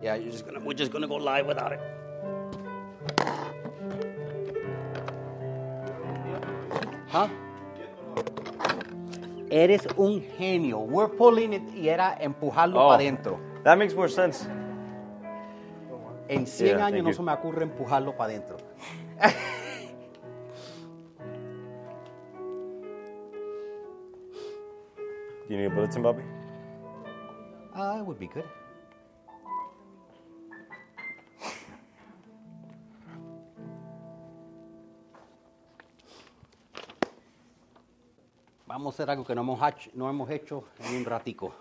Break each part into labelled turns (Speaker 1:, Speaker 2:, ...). Speaker 1: Yeah, you're just gonna, we're just gonna go live without it. Huh? Eres un genio. We're pulling it y era empujarlo
Speaker 2: Oh.
Speaker 1: para adentro.
Speaker 2: That makes more sense.
Speaker 1: En 100
Speaker 2: Yeah,
Speaker 1: años
Speaker 2: thank
Speaker 1: no
Speaker 2: you.
Speaker 1: se me ocurre empujarlo para adentro.
Speaker 2: Do you need a bulletin, Bobby?
Speaker 1: Ah, that would be good. Vamos a hacer algo que no hemos hach- no hemos hecho en un ratico.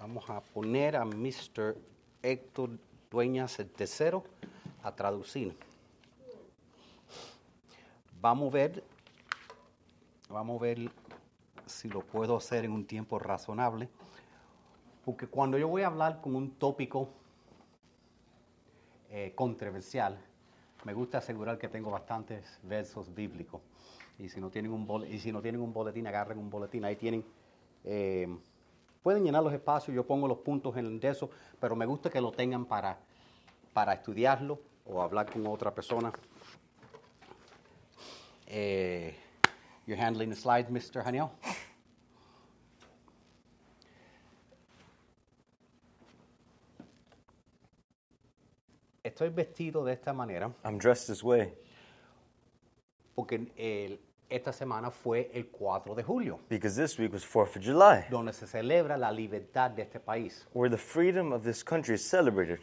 Speaker 1: Vamos a poner a Mr. Héctor Dueñas el tercero a traducir. Vamos a ver, vamos a ver si lo puedo hacer en un tiempo razonable, porque cuando yo voy a hablar con un tópico eh, controversial, me gusta asegurar que tengo bastantes versos bíblicos. Y si no tienen un bol- y si no tienen un boletín, agarren un boletín. Ahí tienen. eh, pueden llenar los espacios. Yo pongo los puntos en el de eso, pero me gusta que lo tengan para para estudiarlo o hablar con otra persona. Eh, you're handling the slides, Mr. Haniel. Estoy vestido de esta manera
Speaker 2: I'm dressed this way
Speaker 1: porque el- esta semana fue el 4 de julio,
Speaker 2: because this week was 4th of July,
Speaker 1: donde se celebra la libertad de este país.
Speaker 2: where the freedom of this country is celebrated.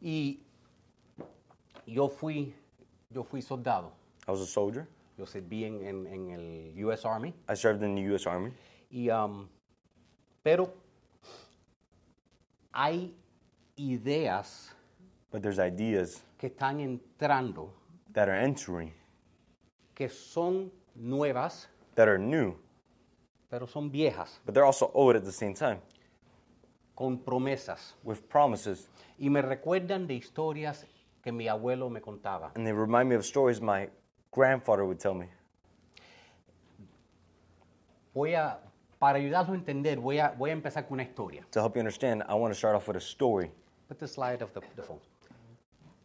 Speaker 1: Y yo fui, yo fui soldado.
Speaker 2: I was a soldier.
Speaker 1: Yo serví en, en- en el US Army.
Speaker 2: I served in the U.S. Army.
Speaker 1: Y, um, pero hay ideas
Speaker 2: But there's ideas
Speaker 1: que están entrando
Speaker 2: that are entering,
Speaker 1: que son nuevas,
Speaker 2: that are new,
Speaker 1: pero son viejas,
Speaker 2: but they're also old at the same time,
Speaker 1: con promesas.
Speaker 2: with promises.
Speaker 1: Y me recuerdan de historias que mi abuelo me contaba.
Speaker 2: And they remind me of stories my grandfather would tell me.
Speaker 1: Voy a, para ayudarlo a entender, voy a, voy a empezar con una historia.
Speaker 2: To help you understand, I want to start off with a story.
Speaker 1: Put the slide of the, the phone.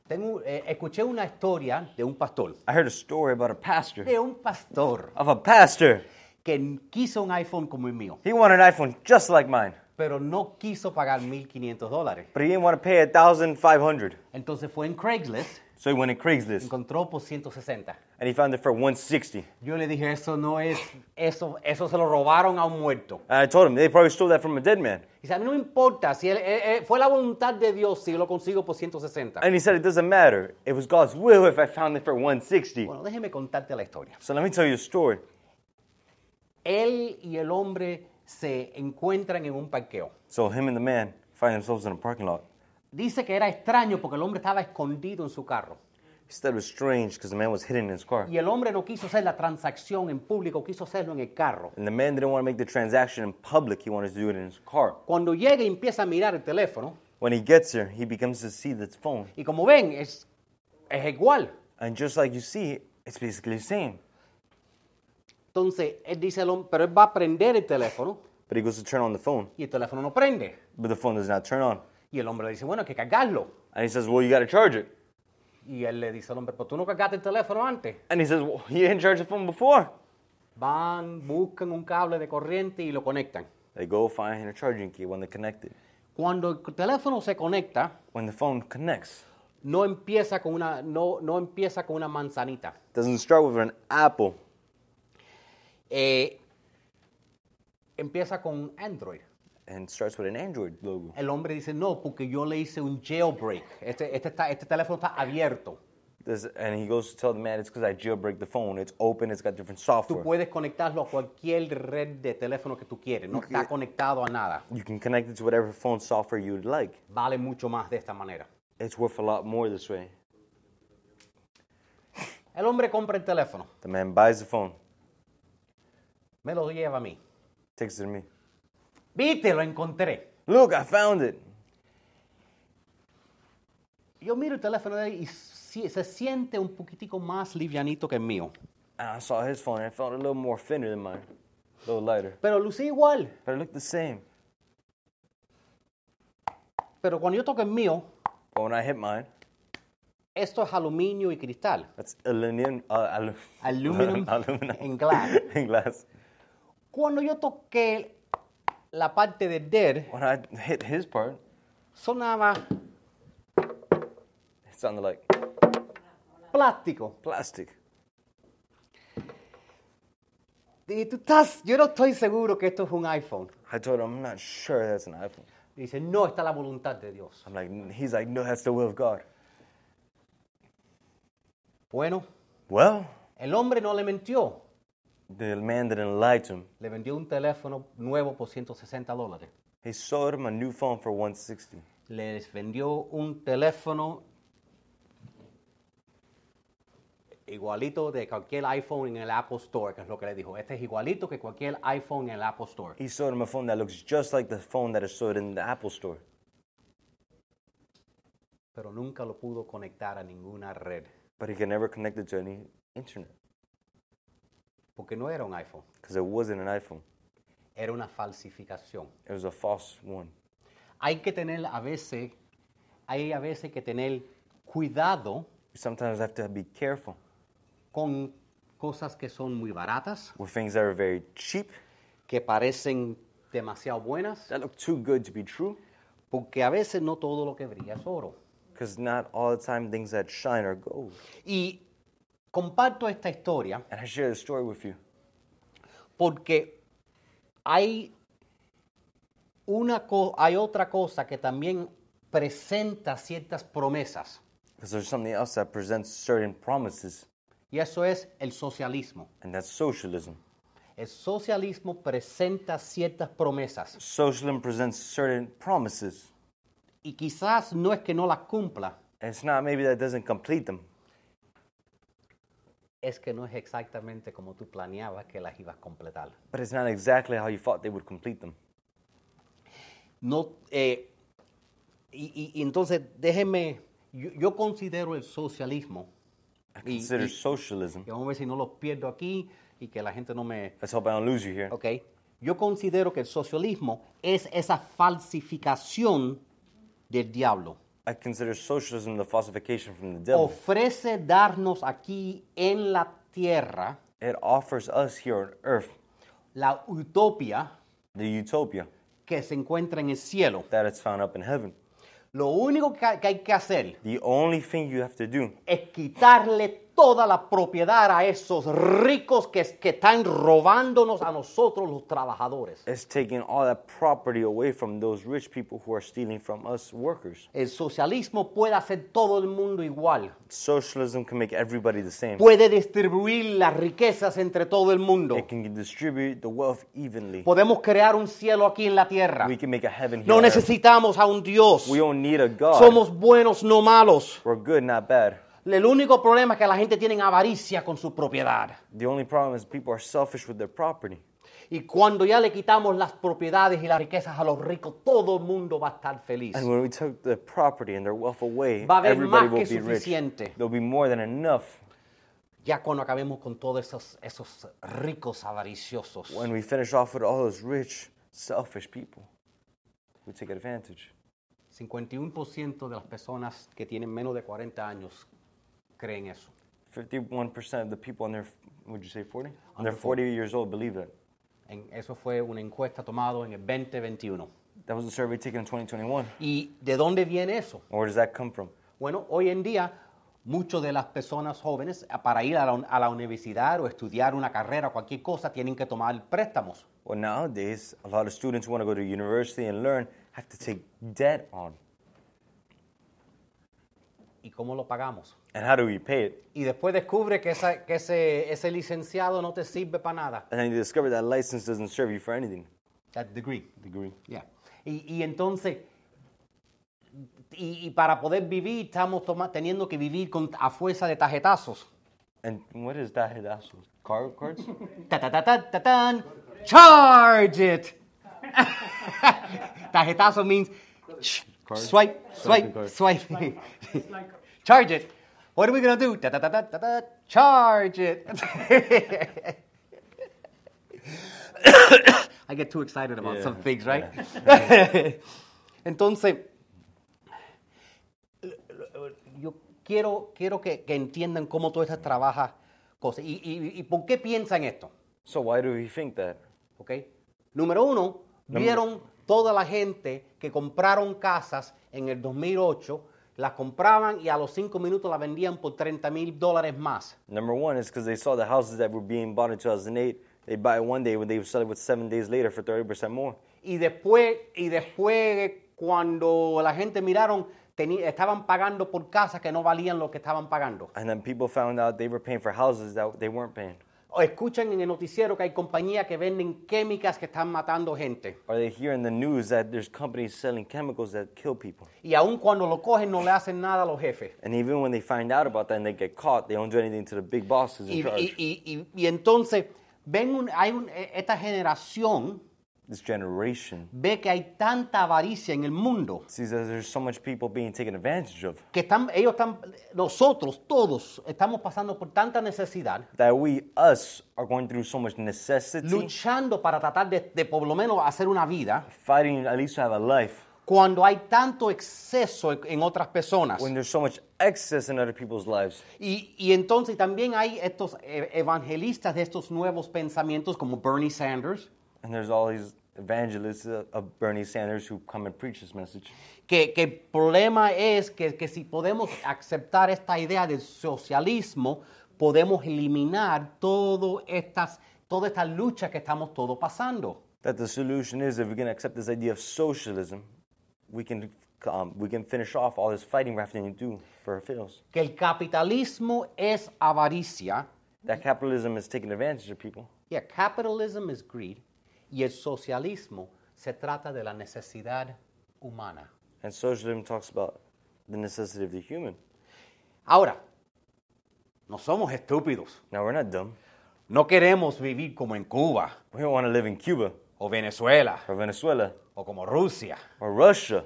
Speaker 1: Tengo, eh, escuché una historia de un pastor.
Speaker 2: I heard a story about a pastor,
Speaker 1: De un pastor
Speaker 2: of a pastor.
Speaker 1: que quiso un iPhone como el mío.
Speaker 2: He wanted an iPhone just like mine,
Speaker 1: pero no quiso pagar 1.500 dólares.
Speaker 2: but he didn't want to pay 1500
Speaker 1: Entonces fue en Craigslist,
Speaker 2: So he went to Craigslist
Speaker 1: encontró por 160.
Speaker 2: and he found it for 160
Speaker 1: Yo le dije, eso no es, eso, eso se lo robaron a un muerto.
Speaker 2: And I told him, they probably stole that from a dead man.
Speaker 1: Y dice, a mí no me importa, si él- eh, eh, fue la voluntad de Dios si lo consigo por 160.
Speaker 2: And he said, it doesn't matter. It was God's will if I found it for 160
Speaker 1: Bueno, déjeme contarte la historia.
Speaker 2: So let me tell you a story.
Speaker 1: Él y el hombre se encuentran en un parqueo.
Speaker 2: So him and the man find themselves in a parking lot.
Speaker 1: Dice que era extraño porque el hombre estaba escondido en su carro.
Speaker 2: He said it was strange because the man was hidden in his car.
Speaker 1: Y el hombre no quiso hacer la transacción en público, quiso hacerlo en el carro.
Speaker 2: And the man didn't want to make the transaction in public. He wanted to do it in his car.
Speaker 1: Cuando llega y empieza a mirar el teléfono,
Speaker 2: When he gets there, he begins to see the phone.
Speaker 1: Y como ven, es, es igual.
Speaker 2: And just like you see, it's basically the same.
Speaker 1: Entonces, él dice al hombre, pero él va a prender el teléfono
Speaker 2: But he goes to turn on the phone,
Speaker 1: y el teléfono no prende.
Speaker 2: but the phone does not turn on.
Speaker 1: Y el hombre le dice, bueno, hay que cargarlo.
Speaker 2: And he says, Well, you got to charge it.
Speaker 1: Y él le dice al hombre, pues tú no cargaste el teléfono antes.
Speaker 2: And he says, Well, you didn't charge the phone before.
Speaker 1: Van, buscan un cable de corriente y lo conectan.
Speaker 2: They go find a charging key when they connect it.
Speaker 1: Cuando el teléfono se conecta,
Speaker 2: When the phone connects,
Speaker 1: no empieza con una, no, no empieza con una manzanita.
Speaker 2: it doesn't start with an apple,
Speaker 1: Eh, empieza con Android.
Speaker 2: and starts with an Android logo.
Speaker 1: El hombre dice, no, porque yo le hice un jailbreak. Este, este, está, este teléfono está abierto.
Speaker 2: This, and he goes to tell the man, It's because I jailbreak the phone. It's open, it's got different
Speaker 1: Tú
Speaker 2: software.
Speaker 1: puedes conectarlo a cualquier red de teléfono que tú quieres, no está conectado a nada.
Speaker 2: You can connect it to whatever phone software you'd like.
Speaker 1: Vale mucho más de esta manera.
Speaker 2: It's worth a lot more this way.
Speaker 1: El hombre compra el teléfono,
Speaker 2: The man buys the phone,
Speaker 1: me lo lleva a mí.
Speaker 2: takes it to me.
Speaker 1: Viste, lo encontré.
Speaker 2: Look, I found it.
Speaker 1: Yo miro el teléfono de él y si- se siente un poquitico más livianito que el mío.
Speaker 2: Ah, And I saw his phone, and it felt a little more thinner than mine. a little lighter.
Speaker 1: Pero lucí igual.
Speaker 2: But it looked the same.
Speaker 1: Pero cuando yo toco el mío,
Speaker 2: But when I hit mine,
Speaker 1: esto es aluminio y cristal.
Speaker 2: that's aluminum. Uh, alu-
Speaker 1: Aluminum
Speaker 2: aluminum.
Speaker 1: and glass.
Speaker 2: and glass.
Speaker 1: Cuando yo toqué la parte de dead,
Speaker 2: When I hit his part,
Speaker 1: sonaba
Speaker 2: it sounded like
Speaker 1: plástico.
Speaker 2: plastic.
Speaker 1: Y tú estás, yo no estoy seguro que esto es un iPhone.
Speaker 2: I told him, I'm not sure that's an iPhone.
Speaker 1: Y dice, no, está la voluntad de Dios.
Speaker 2: I'm like, he's like, no, that's the will of God.
Speaker 1: Bueno,
Speaker 2: Well,
Speaker 1: el hombre no le mintió.
Speaker 2: the man didn't lie to him.
Speaker 1: Le vendió un teléfono nuevo por 160 dólares.
Speaker 2: He sold him a new phone for 160.
Speaker 1: Les vendió un teléfono igualito de cualquier iPhone en el Apple Store, que es lo que le dijo. Este es igualito que cualquier iPhone en el Apple Store.
Speaker 2: He sold him a phone that looks just like the phone that is sold in the Apple store,
Speaker 1: Pero nunca lo pudo conectar a ninguna red,
Speaker 2: but he could never connect it to any internet
Speaker 1: porque no era un iPhone,
Speaker 2: because it wasn't an iPhone.
Speaker 1: era una falsificación.
Speaker 2: It was a false one.
Speaker 1: Hay que tener a veces, hay a veces que tener cuidado
Speaker 2: You sometimes have to be careful
Speaker 1: con cosas que son muy baratas,
Speaker 2: with things that are very cheap,
Speaker 1: que parecen demasiado buenas,
Speaker 2: that look too good to be true,
Speaker 1: porque a veces no todo lo que brilla es oro.
Speaker 2: because not all the time things that shine are gold.
Speaker 1: Y comparto esta historia
Speaker 2: And I share a story with you
Speaker 1: porque hay, una co- hay otra cosa que también presenta ciertas promesas,
Speaker 2: because there's something else that presents certain promises,
Speaker 1: y eso es el socialismo.
Speaker 2: and that's socialism.
Speaker 1: El socialismo presenta ciertas promesas.
Speaker 2: Socialism presents certain promises.
Speaker 1: y quizás no es que no las cumpla,
Speaker 2: And it's not maybe that doesn't complete them.
Speaker 1: es que no es exactamente como tú planeabas que las ibas a completar.
Speaker 2: But it's not exactly how you thought they would complete them.
Speaker 1: No, eh, y, y- y entonces déjeme, yo, yo considero el socialismo,
Speaker 2: I
Speaker 1: Y-
Speaker 2: consider
Speaker 1: y-
Speaker 2: socialism.
Speaker 1: y vamos a ver si no lo pierdo aquí y que la gente no me...
Speaker 2: Let's hope I don't lose you here.
Speaker 1: Ok, yo considero que el socialismo es esa falsificación del diablo.
Speaker 2: I consider socialism the falsification from the devil.
Speaker 1: Ofrece darnos aquí en la tierra
Speaker 2: It offers us here on earth
Speaker 1: la utopía
Speaker 2: the utopia
Speaker 1: que se encuentra en el cielo.
Speaker 2: that is found up in heaven.
Speaker 1: Lo único que hay- que hay que hacer
Speaker 2: The only thing you have to do
Speaker 1: es quitarle toda la propiedad a esos ricos que, que están robándonos a nosotros los trabajadores.
Speaker 2: is taking all that property away from those rich people who are stealing from us workers.
Speaker 1: El socialismo puede hacer todo el mundo igual.
Speaker 2: Socialism can make everybody the same.
Speaker 1: Puede distribuir las riquezas entre todo el mundo.
Speaker 2: It can distribute the wealth evenly.
Speaker 1: Podemos crear un cielo aquí en la tierra.
Speaker 2: We can make a heaven here.
Speaker 1: No
Speaker 2: on earth.
Speaker 1: necesitamos a un Dios.
Speaker 2: We don't need a God.
Speaker 1: Somos buenos, no malos.
Speaker 2: We're good, not bad.
Speaker 1: El único problema es que la gente tiene avaricia con su propiedad.
Speaker 2: The only problem is people are selfish with their property.
Speaker 1: Y cuando ya le quitamos las propiedades y las riquezas a los ricos, todo el mundo va a estar feliz.
Speaker 2: And when we took the property and their wealth away,
Speaker 1: Va a haber
Speaker 2: everybody
Speaker 1: más
Speaker 2: will
Speaker 1: que
Speaker 2: be rich.
Speaker 1: suficiente.
Speaker 2: There'll be more than enough
Speaker 1: Ya cuando acabemos con todos esos, esos ricos avariciosos,
Speaker 2: when we finish off with all those rich, selfish people who take advantage.
Speaker 1: 51% de las personas que tienen menos de 40 años creen eso.
Speaker 2: 51% of the people in their, would you say 40? On their 40 years old believe that.
Speaker 1: En- eso fue una encuesta tomada en el 2021.
Speaker 2: That was a survey taken in 2021.
Speaker 1: ¿Y de dónde viene eso?
Speaker 2: Where does that come from?
Speaker 1: Bueno, hoy en día muchas de las personas jóvenes a- para ir a la, un- a la universidad o estudiar una carrera o cualquier cosa tienen que tomar préstamos.
Speaker 2: Well, nowadays, a lot of students who want to go to university and learn have to take debt on.
Speaker 1: ¿Y cómo lo pagamos?
Speaker 2: And how do we pay it?
Speaker 1: Y después descubre que, esa- que ese, ese licenciado no te sirve para nada.
Speaker 2: And then you discover that license doesn't serve you for anything.
Speaker 1: That degree.
Speaker 2: Degree.
Speaker 1: Yeah. Y, y entonces, y, y para poder vivir, estamos toma- teniendo que vivir con, a fuerza de tajetazos.
Speaker 2: And what is that? That's card cards?
Speaker 1: Ta, ta, ta, ta, ta, tan. Charge it. Tajetazo means ch- swipe,
Speaker 2: Swiping
Speaker 1: swipe,
Speaker 2: card.
Speaker 1: swipe. Charge it. What are we going to do? Ta, ta, ta, ta, ta, ta. Charge it. I get too excited about
Speaker 2: Yeah,
Speaker 1: some things, right? Entonces, yo quiero, quiero que, que entiendan cómo todo esto trabaja cosas. Y, y, ¿Y por qué piensan esto?
Speaker 2: So why do we think that?
Speaker 1: ¿ok? Número uno, vieron toda la gente que compraron casas en el 2008, las compraban y a los cinco minutos las vendían por 30 mil dólares más.
Speaker 2: Number one is because they saw the houses that were being bought in 2008. They buy it one day, when they would sell it with seven days later for 30% more.
Speaker 1: Y después, y después cuando la gente miraron, teni- estaban pagando por casas que no valían lo que estaban pagando.
Speaker 2: And then people found out they were paying for houses that they weren't paying.
Speaker 1: O escuchan en el noticiero que hay compañías que venden químicas que están matando gente.
Speaker 2: Or they hear in the news that there's companies selling chemicals that kill people.
Speaker 1: Y aun cuando lo cogen no le hacen nada a los jefes.
Speaker 2: And even when they find out about that and they get caught, they don't do anything to the big bosses in
Speaker 1: Y,
Speaker 2: charge.
Speaker 1: y- y- y- y entonces ven un- hay un- e- esta generación
Speaker 2: this generation
Speaker 1: ve que hay tanta avaricia en el mundo
Speaker 2: sees that there's so much people being taken advantage of
Speaker 1: que están, ellos están, nosotros todos estamos pasando por tanta necesidad,
Speaker 2: that we us are going through so much necessity,
Speaker 1: luchando para tratar de, de por lo menos hacer una vida,
Speaker 2: fighting at least to have a life.
Speaker 1: cuando hay tanto exceso en- en otras personas.
Speaker 2: When there's so much excess in other people's lives,
Speaker 1: Y, y entonces también hay estos eh, evangelistas de estos nuevos pensamientos como Bernie Sanders,
Speaker 2: and there's all these evangelists uh, of Bernie Sanders who come and preach this message.
Speaker 1: que, que el problema es que, que si podemos aceptar esta idea del socialismo, podemos eliminar todas estas, toda esta lucha que estamos todos pasando.
Speaker 2: That the solution is if we can accept this idea of socialism, we can um, we can finish off all this fighting we're having to do for our fields.
Speaker 1: Que el capitalismo es avaricia,
Speaker 2: That capitalism is taking advantage of people.
Speaker 1: yeah, capitalism is greed, y el socialismo se trata de la necesidad humana.
Speaker 2: And socialism talks about the necessity of the human.
Speaker 1: Ahora, no somos estúpidos.
Speaker 2: Now we're not dumb.
Speaker 1: No queremos vivir como en Cuba,
Speaker 2: We don't want to live in Cuba
Speaker 1: o Venezuela,
Speaker 2: or Venezuela
Speaker 1: o como Rusia.
Speaker 2: or Russia.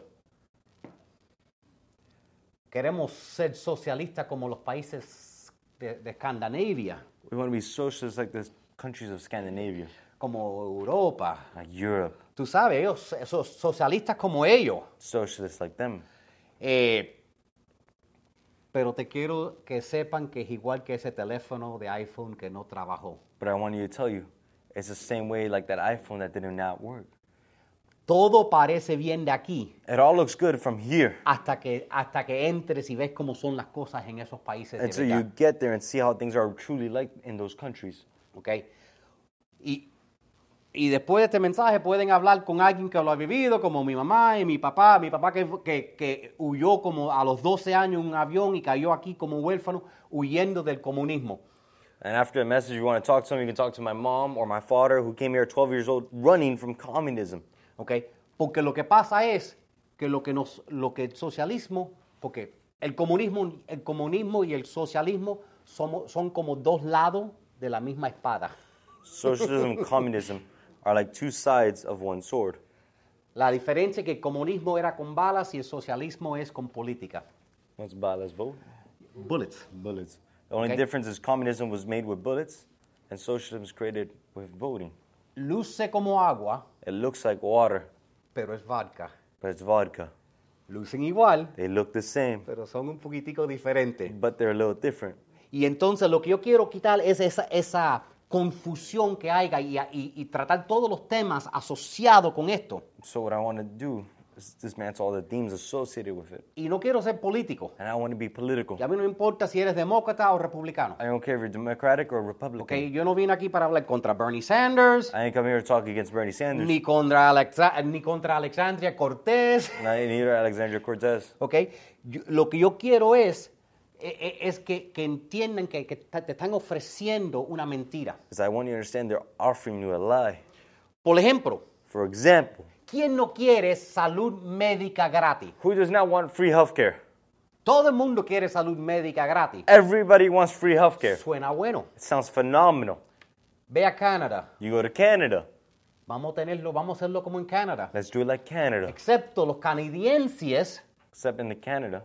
Speaker 1: Queremos ser socialistas como los países de, de Escandinavia,
Speaker 2: We want to be socialist like the countries of Scandinavia,
Speaker 1: como Europa.
Speaker 2: like Europe.
Speaker 1: Tú sabes, ellos, esos socialistas como ellos.
Speaker 2: Socialists like them.
Speaker 1: Eh, pero te quiero que sepan que es igual que ese teléfono de iPhone que no trabajó.
Speaker 2: But I want you to tell you, it's the same way like that iPhone that did not work.
Speaker 1: Todo parece bien de aquí
Speaker 2: It all looks good from here
Speaker 1: hasta que, hasta que entres y ves cómo son las cosas en esos países. De
Speaker 2: until
Speaker 1: verdad.
Speaker 2: you get there and see how things are truly like in those countries.
Speaker 1: ¿ok? Y, y después de este mensaje pueden hablar con alguien que lo ha vivido, como mi mamá y mi papá, mi papá que, que- que huyó como a los 12 años en un avión y cayó aquí como huérfano huyendo del comunismo.
Speaker 2: And after a message, you want to talk to them, you can talk to my mom or my father who came here at 12 years old running from communism.
Speaker 1: ¿ok? Porque lo que pasa es que lo que, nos, lo que el socialismo, porque el comunismo, el comunismo y el socialismo somos, son como dos lados de la misma espada.
Speaker 2: Socialism and communism are like two sides of one sword.
Speaker 1: La diferencia es que el comunismo era con balas y el socialismo es con política.
Speaker 2: Let's buy, let's vote.
Speaker 1: Bullets.
Speaker 2: Bullets. The only
Speaker 1: Okay.
Speaker 2: difference is communism was made with bullets and socialism is created with voting.
Speaker 1: Luce como agua,
Speaker 2: It looks like water,
Speaker 1: pero es vodka.
Speaker 2: but it's vodka.
Speaker 1: Lucen igual,
Speaker 2: They look the same,
Speaker 1: pero son un poquitico diferentes.
Speaker 2: but they're a little different.
Speaker 1: Y entonces lo que yo quiero quitar es esa, esa confusión que haya y, y- y tratar todos los temas asociados con esto.
Speaker 2: So, what I want to do is dismantle all the themes associated with it.
Speaker 1: Y no quiero ser político.
Speaker 2: And I want to be political.
Speaker 1: Y a mí no me importa si eres demócrata o republicano.
Speaker 2: I don't care if you're Democratic or Republican.
Speaker 1: Ok, yo no vine aquí para hablar contra Bernie Sanders,
Speaker 2: I ain't come here to talk against Bernie Sanders,
Speaker 1: ni contra, Alexa- ni contra Alexandria Cortés.
Speaker 2: not neither Alexandria Cortez.
Speaker 1: ¿ok? Yo- lo que yo quiero es, e- e- es que, que entiendan que, que ta- te están ofreciendo una mentira.
Speaker 2: Because I want you to understand they're offering you a lie.
Speaker 1: Por ejemplo,
Speaker 2: For example,
Speaker 1: ¿quién no quiere salud médica gratis?
Speaker 2: who does not want free healthcare?
Speaker 1: Todo el mundo quiere salud médica gratis.
Speaker 2: Everybody wants free healthcare.
Speaker 1: Suena bueno.
Speaker 2: It sounds phenomenal.
Speaker 1: Ve a Canadá.
Speaker 2: You go to Canada.
Speaker 1: Vamos a tenerlo, vamos a hacerlo como en Canadá.
Speaker 2: Let's do it like Canada.
Speaker 1: Excepto los canadienses,
Speaker 2: Except in the Canada,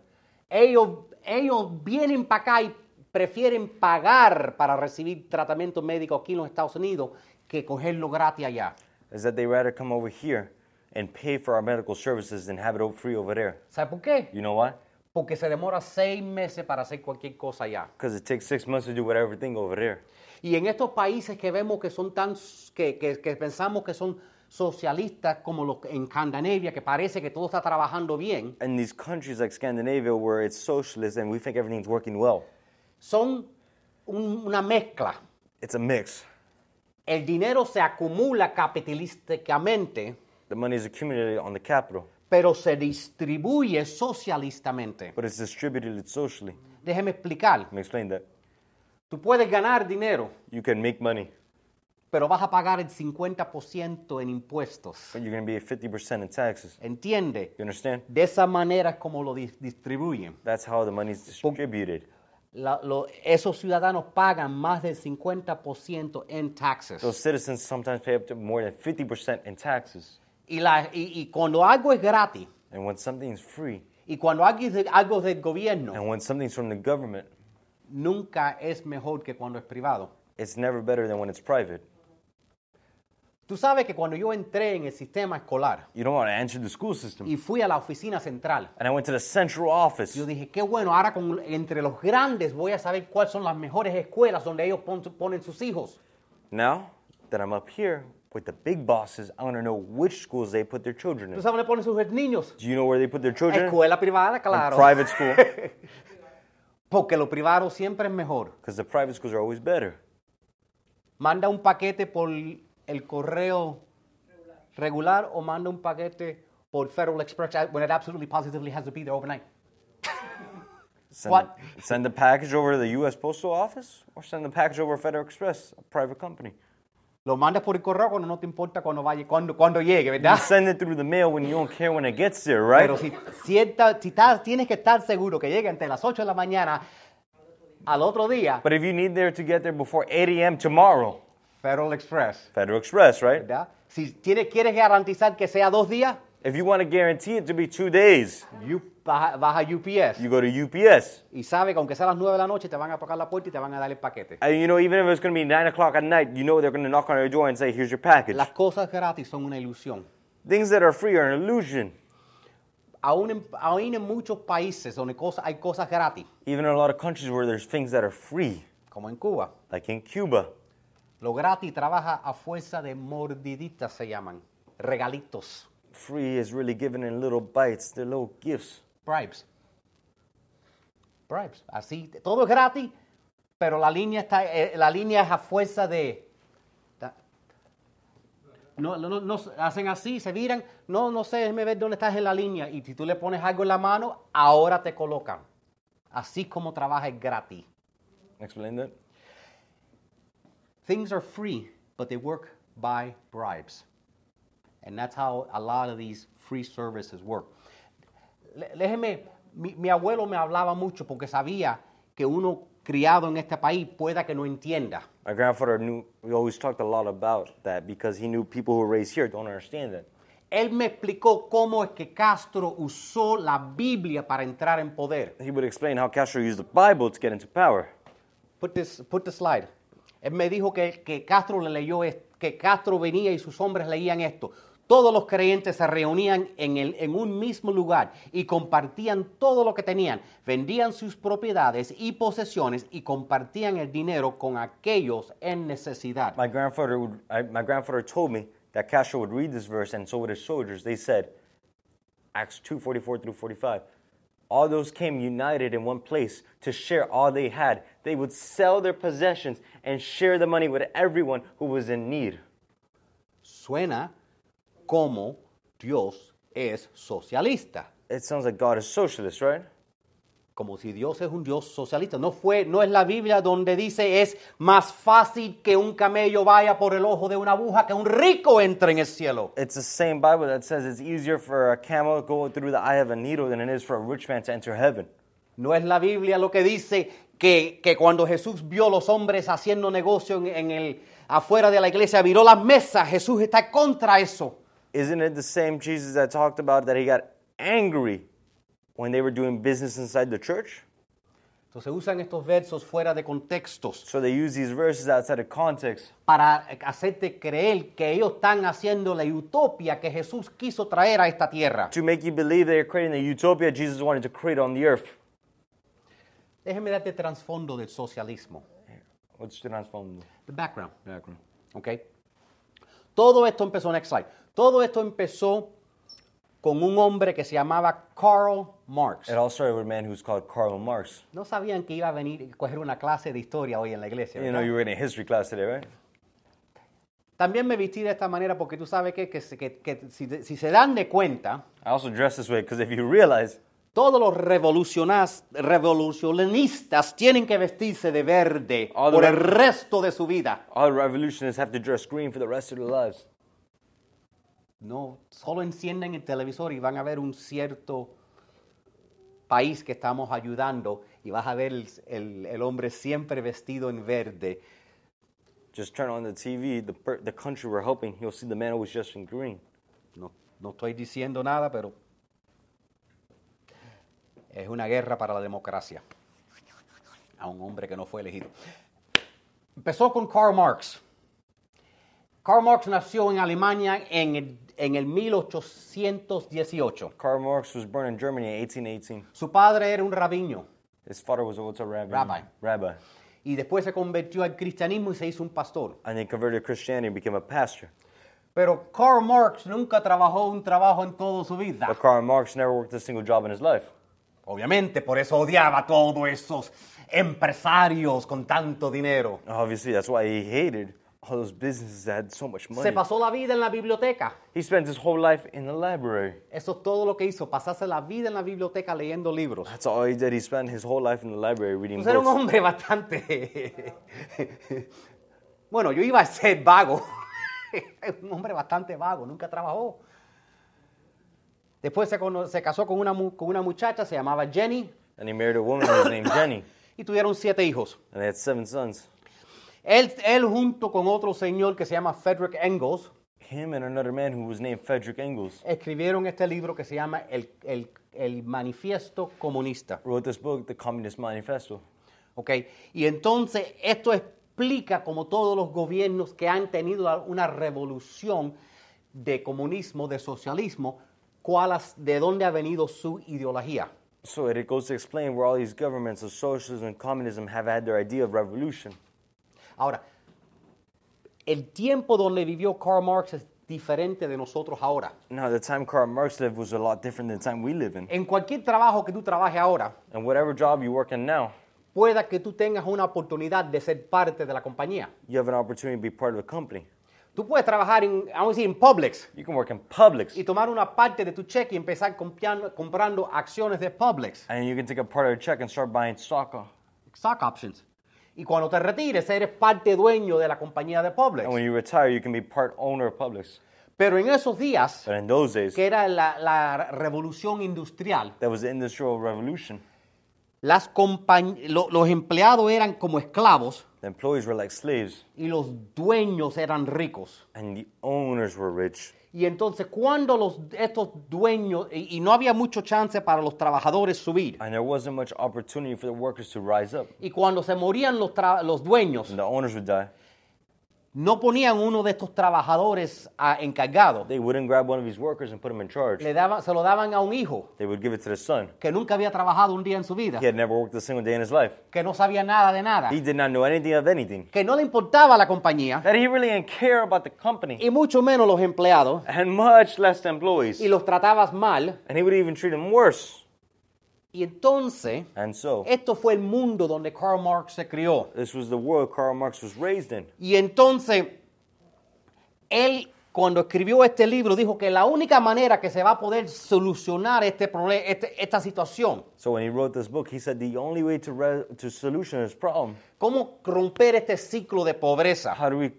Speaker 1: ellos, ellos vienen para acá y prefieren pagar para recibir tratamiento médico aquí en los Estados Unidos que cogerlo gratis allá.
Speaker 2: is that they rather come over here and pay for our medical services than have it o- free over there.
Speaker 1: ¿Sabe por qué?
Speaker 2: You know why?
Speaker 1: Porque se demora seis meses para hacer cualquier cosa allá.
Speaker 2: Because it takes six months to do whatever thing over there.
Speaker 1: Y en estos países que vemos que son tan, que, que- que pensamos que son socialistas como los en Escandinavia, que parece que todo está trabajando bien,
Speaker 2: In these countries like Scandinavia, where it's socialist and we think everything's working well,
Speaker 1: son un- una mezcla.
Speaker 2: it's a mix.
Speaker 1: El dinero se acumula capitalísticamente,
Speaker 2: The money is accumulated on the capital,
Speaker 1: pero se distribuye socialistamente.
Speaker 2: but it's distributed socially.
Speaker 1: Déjeme explicar.
Speaker 2: Let me explain that.
Speaker 1: Tú puedes ganar dinero,
Speaker 2: You can make money,
Speaker 1: pero vas a pagar el 50% en impuestos.
Speaker 2: but you're going to be at 50% in taxes.
Speaker 1: ¿Entiende?
Speaker 2: You understand?
Speaker 1: De esa manera es como lo dis- distribuyen.
Speaker 2: That's how the money's distributed.
Speaker 1: La- lo- esos ciudadanos pagan más del 50% en taxes.
Speaker 2: Those citizens sometimes pay up to more than 50% in taxes.
Speaker 1: y, la- y- y cuando algo es gratis,
Speaker 2: And when something's free,
Speaker 1: y cuando algo es, de- algo es del gobierno,
Speaker 2: and when something's from the government,
Speaker 1: nunca es mejor que cuando es privado.
Speaker 2: it's never better than when it's private.
Speaker 1: Tú sabes que cuando yo entré en el sistema escolar
Speaker 2: You don't want to answer the school system.
Speaker 1: y fui a la oficina central,
Speaker 2: And I went to the central office.
Speaker 1: yo dije, qué bueno, ahora con- entre los grandes voy a saber cuáles son las mejores escuelas donde ellos pon- ponen sus hijos.
Speaker 2: Now that I'm up here with the big bosses, I want to know which schools they put their children
Speaker 1: ¿Tú
Speaker 2: in.
Speaker 1: sabes dónde ponen sus niños?
Speaker 2: Do you know where they put their children? in?
Speaker 1: Escuela privada,
Speaker 2: In
Speaker 1: claro.
Speaker 2: private school.
Speaker 1: Porque lo privado siempre es mejor.
Speaker 2: Because the private schools are always better.
Speaker 1: manda un paquete por el correo regular o manda un paquete por Federal Express eh, when it absolutely positively has to be there overnight.
Speaker 2: Send,
Speaker 1: What?
Speaker 2: Send the package over to the U.S. Postal Office or send the package over to FedEx Express, a private company.
Speaker 1: Lo mandas por el correo cuando no te importa cuando vaya, cuando, cuando llegue,
Speaker 2: You
Speaker 1: ¿verdad?
Speaker 2: send it through the mail when you don't care when it gets there, right?
Speaker 1: Pero si, cierta, si estás- tienes que estar seguro que llegue entre las 8 de la mañana al otro día,
Speaker 2: But if you need there to get there before 8 a.m. tomorrow,
Speaker 1: Federal Express,
Speaker 2: Federal Express, right?
Speaker 1: ¿verdad? Si tienes, quieres garantizar que sea dos días,
Speaker 2: If you want to guarantee it to be two days,
Speaker 1: you, baja, baja UPS.
Speaker 2: you go to UPS.
Speaker 1: Y sabe que aunque sea a las 9 de la noche, te van a tocar la puerta y te van a dar el paquete.
Speaker 2: And you know, even if it's going to be 9 o'clock at night, you know they're going to knock on your door and say, here's your package.
Speaker 1: Las cosas gratis son una ilusión.
Speaker 2: Things that are free are an illusion.
Speaker 1: Aún en, aún en muchos países donde cosa- hay cosas gratis,
Speaker 2: Even in a lot of countries where there's things that are free,
Speaker 1: como en Cuba,
Speaker 2: like in Cuba,
Speaker 1: lo gratis trabaja a fuerza de mordiditas, se llaman, regalitos,
Speaker 2: free is really given in little bites, they're little gifts.
Speaker 1: bribes. Bribes, así, todo es gratis, pero la línea, está, eh, la línea es a fuerza de... da- no, no, no, no, hacen así, se viran, no, no sé, déjame ver dónde estás en la línea. Y si tú le pones algo en la mano, ahora te colocan. Así como trabaja el gratis.
Speaker 2: Explain that?
Speaker 1: Things are free, but they work by bribes. And that's how a lot of these free services work. Le- Déjeme, mi, mi abuelo me hablaba mucho porque sabía que uno criado en este país pueda que no entienda.
Speaker 2: My grandfather knew, we always talked a lot about that because he knew people who were raised here don't understand that.
Speaker 1: Él me explicó cómo es que Castro usó la Biblia para entrar en poder.
Speaker 2: He would explain how Castro used the Bible to get into power.
Speaker 1: Put this, put the slide. Él me dijo que, que Castro le leyó, es- que Castro venía y sus hombres leían esto. Todos los creyentes se reunían en, el- en un mismo lugar y compartían todo lo que tenían. Vendían sus propiedades y posesiones y compartían el dinero con aquellos en necesidad.
Speaker 2: My grandfather, would, I, my grandfather told me that Castro would read this verse, and so would his soldiers. They said, Acts two forty four through 45. All those came united in one place to share all they had. They would sell their possessions and share the money with everyone who was in need.
Speaker 1: Suena como Dios es socialista.
Speaker 2: It sounds like God is socialist, right?
Speaker 1: como si Dios es un Dios socialista. No, fue, no es la Biblia donde dice es más fácil que un camello vaya por el ojo de una aguja que un rico entre en el cielo.
Speaker 2: It's the same Bible that says it's easier for a camel to go through the eye of a needle than it is for a rich man to enter heaven.
Speaker 1: No es la Biblia lo que dice que, que cuando Jesús vio a los hombres haciendo negocio en, en el, afuera de la iglesia, miró las mesas, Jesús está contra eso.
Speaker 2: Isn't it the same Jesus that talked about that he got angry when they were doing business inside the church?
Speaker 1: Entonces usan estos versos fuera de contextos
Speaker 2: So they use these verses outside of context
Speaker 1: para hacerte creer que ellos están haciendo la utopía que Jesús quiso traer a esta tierra.
Speaker 2: to make you believe they're creating the utopia Jesus wanted to create on the earth.
Speaker 1: Déjeme darte trasfondo del socialismo.
Speaker 2: What's transformed?
Speaker 1: The background. ¿Ok? Todo esto empezó, next slide. Todo esto empezó con un hombre que se llamaba Karl Marx.
Speaker 2: It all started with a man who's called Karl Marx.
Speaker 1: No sabían que iba a venir a coger una clase de historia hoy en la iglesia.
Speaker 2: You
Speaker 1: ¿verdad?
Speaker 2: know, you were in a history class today, right?
Speaker 1: También me vestí de esta manera porque tú sabes que, que, se- que- que si, de- si se dan de cuenta,
Speaker 2: I also dress this way because if you realize
Speaker 1: todos los revolucionas- revolucionistas tienen que vestirse de verde
Speaker 2: All the
Speaker 1: por el
Speaker 2: rev-
Speaker 1: resto de su vida.
Speaker 2: all revolutionists have to dress green for the rest of their lives.
Speaker 1: No, solo encienden el televisor y van a ver un cierto país que estamos ayudando y vas a ver el, el- el hombre siempre vestido en verde.
Speaker 2: Just turn on the TV, the, per- the country we're helping, you'll see the man always dressed in green.
Speaker 1: No, no estoy diciendo nada, pero es una guerra para la democracia. A un hombre que no fue elegido. Empezó con Karl Marx. Karl Marx nació en Alemania en el, en el 1818.
Speaker 2: Karl Marx was born in Germany in 1818.
Speaker 1: Su padre era un rabiño
Speaker 2: His father was also a rabbi.
Speaker 1: Rabbi.
Speaker 2: Rabbi.
Speaker 1: y después se convirtió al cristianismo y se hizo un pastor.
Speaker 2: And he converted to Christianity and became a pastor.
Speaker 1: Pero Karl Marx nunca trabajó un trabajo en toda su vida.
Speaker 2: But Karl Marx never worked a single job in his life.
Speaker 1: Obviamente, por eso odiaba a todos esos empresarios con tanto dinero.
Speaker 2: Obviously, that's why he hated all those businesses that had so much money.
Speaker 1: Se pasó la vida en la biblioteca.
Speaker 2: He spent his whole life in the library.
Speaker 1: Eso es todo lo que hizo, pasarse la vida en la biblioteca leyendo libros.
Speaker 2: That's all he did. He spent his whole life in the library reading
Speaker 1: Pues era un
Speaker 2: books.
Speaker 1: hombre bastante... bueno, yo iba a ser vago. un hombre bastante vago, nunca trabajó. Después se, cono- se casó con una, mu- con una muchacha, se llamaba Jenny,
Speaker 2: And he married a woman who was named Jenny.
Speaker 1: y tuvieron siete hijos.
Speaker 2: And they had seven sons.
Speaker 1: Él, él junto con otro señor que se llama Frederick Engels,
Speaker 2: Him and another man who was named Frederick Engels
Speaker 1: escribieron este libro que se llama El, el- el Manifiesto Comunista.
Speaker 2: wrote this book, The Communist Manifesto.
Speaker 1: ¿ok? Y entonces esto explica como todos los gobiernos que han tenido la- una revolución de comunismo, de socialismo, cuál has- de dónde ha venido su ideología.
Speaker 2: So it goes to explain where all these governments of socialism and communism have had their idea of revolution.
Speaker 1: Ahora, el tiempo donde vivió Karl Marx es diferente de nosotros ahora.
Speaker 2: Now, the time Karl Marx lived was a lot different than the time we live in.
Speaker 1: En cualquier trabajo que tú trabajes ahora,
Speaker 2: And whatever job you work in now,
Speaker 1: pueda que tú tengas una oportunidad de ser parte de la compañía.
Speaker 2: you have an opportunity to be part of a company.
Speaker 1: Tú puedes trabajar en, vamos a decir, en Publix
Speaker 2: You can work in Publix,
Speaker 1: y tomar una parte de tu cheque y empezar compiando- comprando acciones de Publix,
Speaker 2: and you can take a part of your check and start buying stock.
Speaker 1: stock options. Y cuando te retires, eres parte dueño de la compañía de
Speaker 2: And when
Speaker 1: Publix.
Speaker 2: you retire, you can be part owner of Publix.
Speaker 1: Pero en esos días,
Speaker 2: But in those days,
Speaker 1: que era la, la revolución industrial,
Speaker 2: that was the Industrial Revolution.
Speaker 1: las compañ- lo- los empleados eran como esclavos
Speaker 2: The employees were like slaves,
Speaker 1: y los dueños eran ricos.
Speaker 2: and the owners were rich.
Speaker 1: Y entonces cuando los, estos dueños, y, y no había mucho chance para los trabajadores subir,
Speaker 2: And there wasn't much opportunity for the workers to rise up.
Speaker 1: y cuando se morían los, tra- los dueños,
Speaker 2: And the owners would die.
Speaker 1: no ponían uno de estos trabajadores ah, encargados,
Speaker 2: They wouldn't grab one of these workers and put him in charge.
Speaker 1: Le daban- se lo daban a un hijo
Speaker 2: They would give it to the son.
Speaker 1: que nunca había trabajado un día en su vida,
Speaker 2: He had never worked a single day in his life.
Speaker 1: que no sabía nada de nada,
Speaker 2: He did not know anything of anything.
Speaker 1: que no le importaba la compañía
Speaker 2: That he really didn't care about the company,
Speaker 1: y mucho menos los empleados,
Speaker 2: and much less the employees.
Speaker 1: y los tratabas mal.
Speaker 2: And he would even treat them worse.
Speaker 1: Y entonces,
Speaker 2: And so,
Speaker 1: esto fue el mundo donde Karl Marx se crió.
Speaker 2: this was the world Karl Marx was raised in.
Speaker 1: Y entonces, él cuando escribió este libro dijo que la única manera que se va a poder solucionar este problema, esta situación,
Speaker 2: So when he wrote this book, he said the only way to re- to solution this problem,
Speaker 1: cómo romper este ciclo de pobreza,
Speaker 2: how do we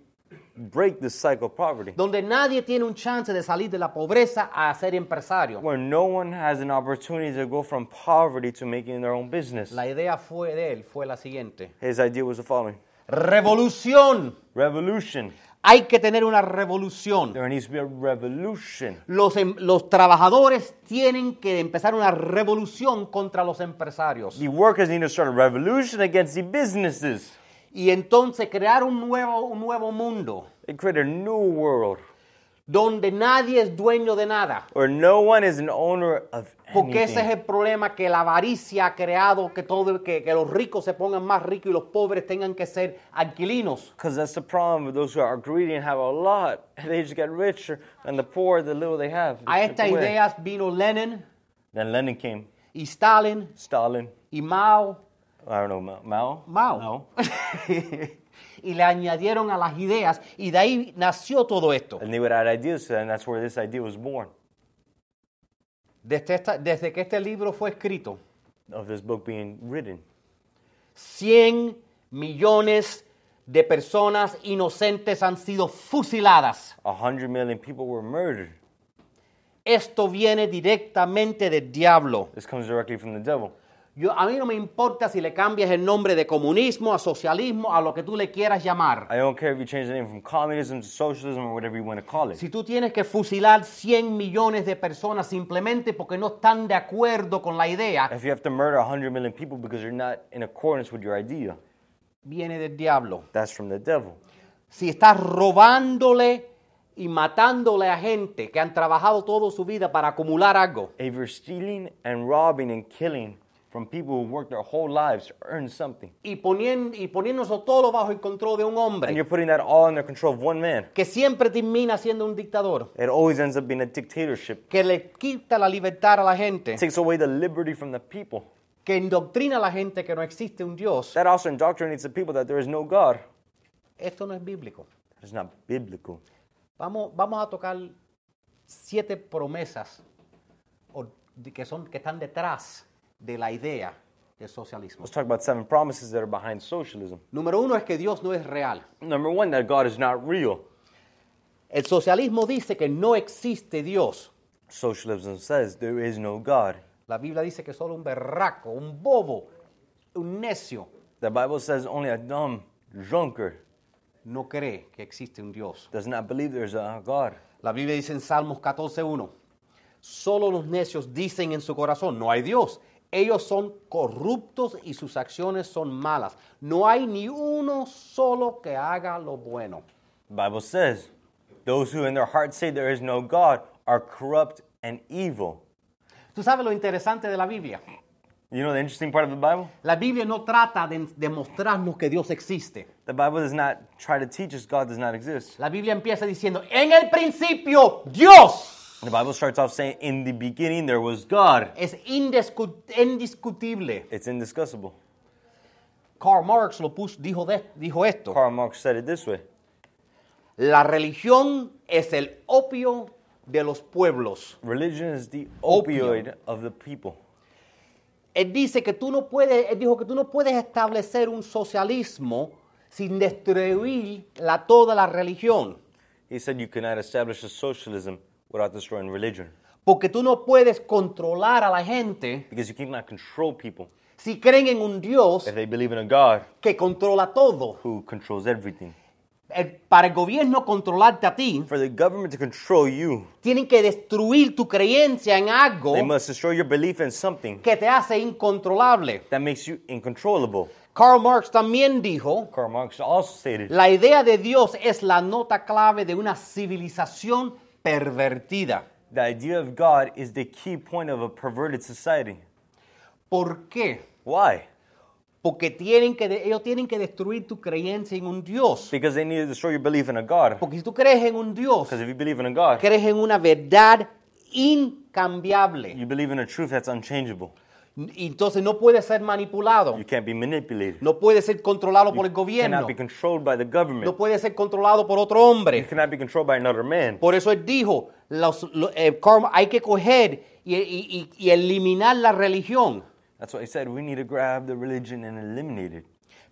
Speaker 2: break this cycle of poverty,
Speaker 1: donde nadie tiene un chance de salir de la pobreza a ser empresario.
Speaker 2: where no one has an opportunity to go from poverty to making their own business.
Speaker 1: La idea fue de él fue la siguiente:
Speaker 2: His idea was the following:
Speaker 1: revolución,
Speaker 2: revolution,
Speaker 1: Hay que tener una revolución.
Speaker 2: There needs to be a revolution.
Speaker 1: Los, em- los trabajadores tienen que empezar una revolución contra los empresarios.
Speaker 2: The workers need to start a revolution against the businesses.
Speaker 1: Y entonces crear un nuevo, un nuevo mundo
Speaker 2: They create a new world
Speaker 1: donde nadie es dueño de nada.
Speaker 2: where no one is an owner of
Speaker 1: Porque ese es
Speaker 2: anything.
Speaker 1: el problema que la avaricia ha creado, que, todo, que, que los ricos se pongan más ricos y los pobres tengan que ser alquilinos.
Speaker 2: Because that's the problem with those who are greedy and have a lot. They just get richer, and the poor, the little they have. they
Speaker 1: A
Speaker 2: strip
Speaker 1: estas
Speaker 2: away.
Speaker 1: ideas vino Lenin
Speaker 2: Then Lenin came,
Speaker 1: y Stalin
Speaker 2: Stalin,
Speaker 1: y Mao.
Speaker 2: I don't know, Ma- Mao?
Speaker 1: Mao.
Speaker 2: No.
Speaker 1: y le añadieron a las ideas y de ahí nació todo esto.
Speaker 2: And they would add ideas to that, and that's where this idea was born
Speaker 1: Desde, esta- desde que este libro fue escrito,
Speaker 2: of this book being written.
Speaker 1: 100 millones de personas inocentes han sido fusiladas.
Speaker 2: A hundred million people were murdered.
Speaker 1: Esto viene directamente del diablo.
Speaker 2: This comes directly from the devil.
Speaker 1: Yo, a mí no me importa si le cambias el nombre de comunismo a socialismo, a lo que tú le quieras llamar.
Speaker 2: I don't care if you change the name from communism to socialism or whatever you want to call it.
Speaker 1: Si tú tienes que fusilar 100 millones de personas simplemente porque no están de acuerdo con la idea,
Speaker 2: if you have to murder 100 million people because you're not in accordance with your idea,
Speaker 1: viene del diablo.
Speaker 2: that's from the devil.
Speaker 1: Si estás robándole y matándole a gente que han trabajado toda su vida para acumular algo,
Speaker 2: If you're stealing and robbing and killing from people who work their whole lives to earn something,
Speaker 1: y, ponien- y poniéndoselo todo bajo el control de un
Speaker 2: and
Speaker 1: hombre
Speaker 2: you're putting that all under control of one man,
Speaker 1: que siempre termina siendo un dictador,
Speaker 2: it always ends up being a dictatorship.
Speaker 1: que le quita la libertad a la gente,
Speaker 2: It takes away the liberty from the people.
Speaker 1: que indoctrina a la gente que no existe un Dios.
Speaker 2: That also indoctrinates the people that there is no God.
Speaker 1: Esto no es bíblico.
Speaker 2: That is not biblical.
Speaker 1: Vamos, vamos a tocar siete promesas o- de- que, son, que están detrás de la idea del socialismo.
Speaker 2: Let's talk about seven promises that are behind socialism.
Speaker 1: Número uno es que Dios no es real.
Speaker 2: Number one, that God is not real.
Speaker 1: El socialismo dice que no existe Dios.
Speaker 2: Socialism says there is no God.
Speaker 1: La Biblia dice que solo un berraco, un bobo, un necio
Speaker 2: The Bible says only a dumb drunkard
Speaker 1: no cree que existe un Dios.
Speaker 2: does not believe there's a God.
Speaker 1: La Biblia dice en Salmos 14.1, solo los necios dicen en su corazón, no hay Dios. Ellos son corruptos y sus acciones son malas. No hay ni uno solo que haga lo bueno.
Speaker 2: The Bible says those who in their heart say there is no God are corrupt and evil.
Speaker 1: Tú sabes lo interesante de la Biblia.
Speaker 2: You know the interesting part of the Bible?
Speaker 1: La Biblia no trata de demostrarnos que Dios existe.
Speaker 2: The Bible does not try to teach us God does not exist.
Speaker 1: La Biblia empieza diciendo, en el principio, Dios
Speaker 2: The Bible starts off saying, In the beginning there was God.
Speaker 1: es indiscu- indiscutible.
Speaker 2: It's indiscussable.
Speaker 1: Karl Marx lo puso, dijo, de- dijo esto.
Speaker 2: Karl Marx said it this way
Speaker 1: La religión es el opio de los pueblos.
Speaker 2: Religion is the
Speaker 1: Opium.
Speaker 2: opioid of the people.
Speaker 1: Él dice que tú no puedes, él dijo que tú no puedes establecer un socialismo sin destruir la, toda la religión,
Speaker 2: He said you cannot establish a socialism without destroying religion
Speaker 1: porque tú no puedes controlar a la gente
Speaker 2: because you cannot control people.
Speaker 1: si creen en un Dios
Speaker 2: If they believe in a God
Speaker 1: que controla todo.
Speaker 2: who controls everything,
Speaker 1: El- para el gobierno controlarte a ti,
Speaker 2: for the government to control you,
Speaker 1: tienen que destruir tu creencia en algo
Speaker 2: they must destroy your belief in something
Speaker 1: que te hace incontrolable.
Speaker 2: that makes you incontrollable.
Speaker 1: Karl Marx también dijo
Speaker 2: Karl Marx also stated
Speaker 1: La idea de Dios es la nota clave de una civilización pervertida.
Speaker 2: the idea of God is the key point of a perverted society.
Speaker 1: ¿Por qué?
Speaker 2: Why?
Speaker 1: Porque tienen que de- ellos tienen que destruir tu creencia en un Dios.
Speaker 2: Because they need to destroy your belief in a God.
Speaker 1: Porque si tú crees en un Dios,
Speaker 2: Because if you believe in a God,
Speaker 1: crees en una verdad incambiable.
Speaker 2: you believe in a truth that's unchangeable.
Speaker 1: Y entonces no puede ser manipulado,
Speaker 2: You can't be manipulated.
Speaker 1: no puede ser controlado por el
Speaker 2: You
Speaker 1: gobierno,
Speaker 2: cannot be controlled by the
Speaker 1: no
Speaker 2: government.
Speaker 1: puede ser controlado por otro hombre.
Speaker 2: You cannot be controlled by another man.
Speaker 1: Por eso él dijo, los- lo- eh, Karl- hay que coger y- y- y- y eliminar la religión.
Speaker 2: That's why he said we need to grab the religion and eliminate it.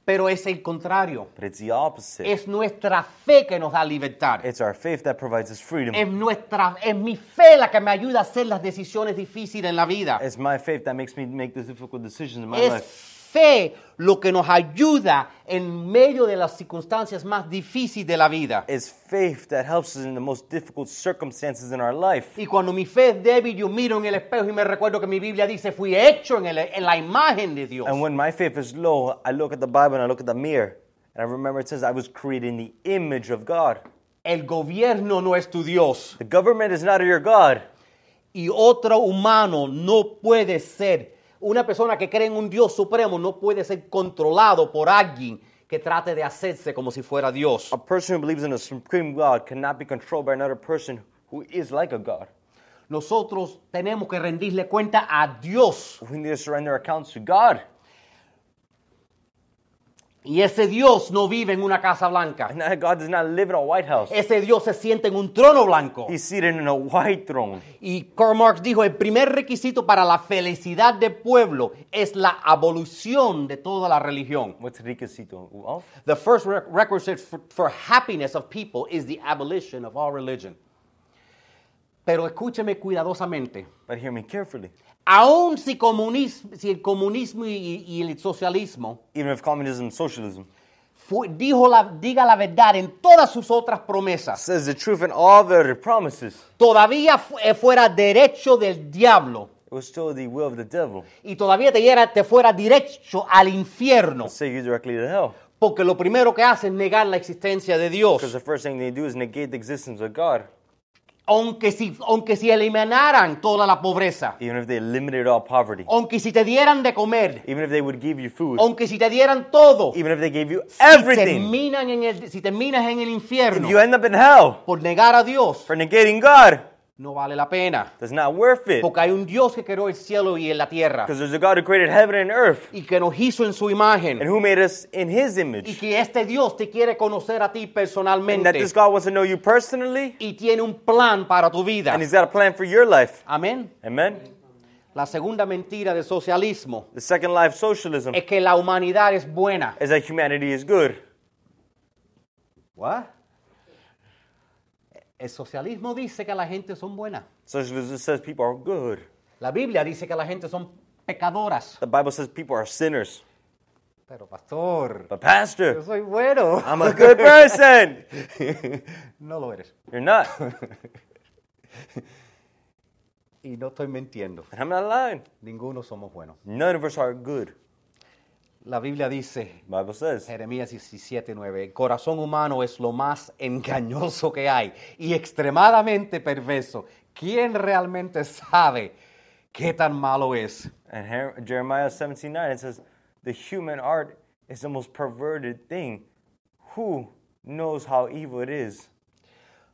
Speaker 1: Pero es el contrario.
Speaker 2: But it's the opposite.
Speaker 1: Es nuestra fe que nos da libertad.
Speaker 2: It's our faith that provides us freedom.
Speaker 1: Es, nuestra, es mi fe la que me ayuda a hacer las decisiones difíciles en la vida.
Speaker 2: It's my faith that makes me make the difficult decisions in my
Speaker 1: Es
Speaker 2: life.
Speaker 1: fe lo que nos ayuda en medio de las circunstancias más difíciles de la vida.
Speaker 2: It's faith that helps us in the most difficult circumstances in our life.
Speaker 1: Y cuando mi fe es débil, yo miro en el espejo y me recuerdo que mi Biblia dice, fui hecho en, el- en la imagen de Dios.
Speaker 2: And when my faith is low, I look at the Bible and I look at the mirror. And I remember it says, I was created in the image of God.
Speaker 1: El gobierno no es tu Dios.
Speaker 2: The government is not your God.
Speaker 1: Y otro humano no puede ser, una persona que cree en un Dios supremo no puede ser controlado por alguien que trate de hacerse como si fuera Dios.
Speaker 2: A person who believes in a supreme God cannot be controlled by another person who is like a God.
Speaker 1: Nosotros tenemos que rendirle cuenta a Dios.
Speaker 2: We need to surrender our accounts to God.
Speaker 1: Y ese Dios no vive en una casa blanca.
Speaker 2: And that God does not live in a White House.
Speaker 1: Ese Dios se siente en un trono blanco.
Speaker 2: He's seated in a white throne.
Speaker 1: Y Karl Marx dijo, el primer requisito para la felicidad del pueblo es la abolición de toda la religión.
Speaker 2: What's requisito? Well,
Speaker 1: The first re- requisite for, for happiness of people is the abolition of all religion. Pero escúcheme cuidadosamente.
Speaker 2: but hear me carefully.
Speaker 1: Aun si, comunis- si el comunismo y, y el socialismo
Speaker 2: Even if communism and socialism
Speaker 1: fu- dijo la, diga la verdad en todas sus otras promesas,
Speaker 2: says the truth in all their promises,
Speaker 1: todavía fu- eh, fuera derecho del diablo
Speaker 2: it was still the will of the devil
Speaker 1: y todavía te, diera- te fuera derecho al infierno,
Speaker 2: to save you directly to hell.
Speaker 1: porque lo primero que hace es negar la existencia de
Speaker 2: Because
Speaker 1: Dios.
Speaker 2: the first thing they do is negate the existence of God.
Speaker 1: Aunque si, aunque si eliminaran toda la pobreza,
Speaker 2: Even if they eliminated all poverty.
Speaker 1: aunque si te dieran de comer,
Speaker 2: Even if they would give you food.
Speaker 1: aunque si te dieran todo,
Speaker 2: Even if they gave you
Speaker 1: Si,
Speaker 2: everything.
Speaker 1: terminan en el, si terminas en el
Speaker 2: If
Speaker 1: infierno
Speaker 2: you end up in hell
Speaker 1: por negar a Dios,
Speaker 2: for negating God,
Speaker 1: no vale la pena.
Speaker 2: that's not worth it.
Speaker 1: Porque hay un Dios que creó el cielo y en la tierra
Speaker 2: Because there's a God who created heaven and earth
Speaker 1: y que nos hizo en su
Speaker 2: and
Speaker 1: imagen.
Speaker 2: who made us in his
Speaker 1: Y
Speaker 2: image.
Speaker 1: que este Dios te quiere conocer a ti
Speaker 2: And that
Speaker 1: personalmente
Speaker 2: this God wants to know you personally
Speaker 1: y tiene un plan para tu vida.
Speaker 2: and he's got a plan for your life.
Speaker 1: Amén.
Speaker 2: Amen?
Speaker 1: La segunda mentira del socialismo
Speaker 2: The second lie of socialism
Speaker 1: es que la humanidad es buena.
Speaker 2: is that humanity is good.
Speaker 1: What? El socialismo dice que la gente son buenas.
Speaker 2: Socialism says people are good.
Speaker 1: La Biblia dice que la gente son pecadoras.
Speaker 2: The Bible says people are sinners.
Speaker 1: Pero pastor,
Speaker 2: But pastor,
Speaker 1: yo soy bueno.
Speaker 2: I'm a good person.
Speaker 1: No lo eres.
Speaker 2: You're not.
Speaker 1: Y no estoy mintiendo.
Speaker 2: And I'm not lying.
Speaker 1: Ninguno somos buenos.
Speaker 2: None of us are good.
Speaker 1: La Biblia dice,
Speaker 2: The Bible says.
Speaker 1: Jeremías 17, 9, el corazón humano es lo más engañoso que hay y extremadamente perverso. ¿Quién realmente sabe qué tan malo es?
Speaker 2: And Her- Jeremiah 17 9, it says, The human art is the most perverted thing. Who knows how evil it is?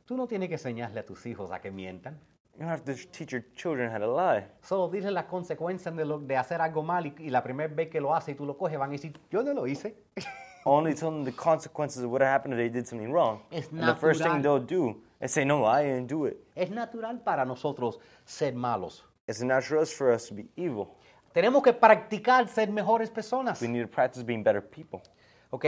Speaker 1: Tú no tienes que enseñarle a tus hijos a que mientan.
Speaker 2: You don't have to teach your children how to lie.
Speaker 1: Solo dile las consecuencias de, lo- de hacer algo mal y, y la primera vez que lo hace y tú lo coges van a decir, yo no lo hice.
Speaker 2: Only tell them the consequences of what happened if they did something wrong.
Speaker 1: It's
Speaker 2: and the first thing
Speaker 1: natural.
Speaker 2: they'll do is say, No, I didn't do it.
Speaker 1: Es natural para nosotros ser malos.
Speaker 2: It's natural for us to be evil.
Speaker 1: Tenemos que practicar ser mejores personas.
Speaker 2: We need to practice being better people.
Speaker 1: ¿ok?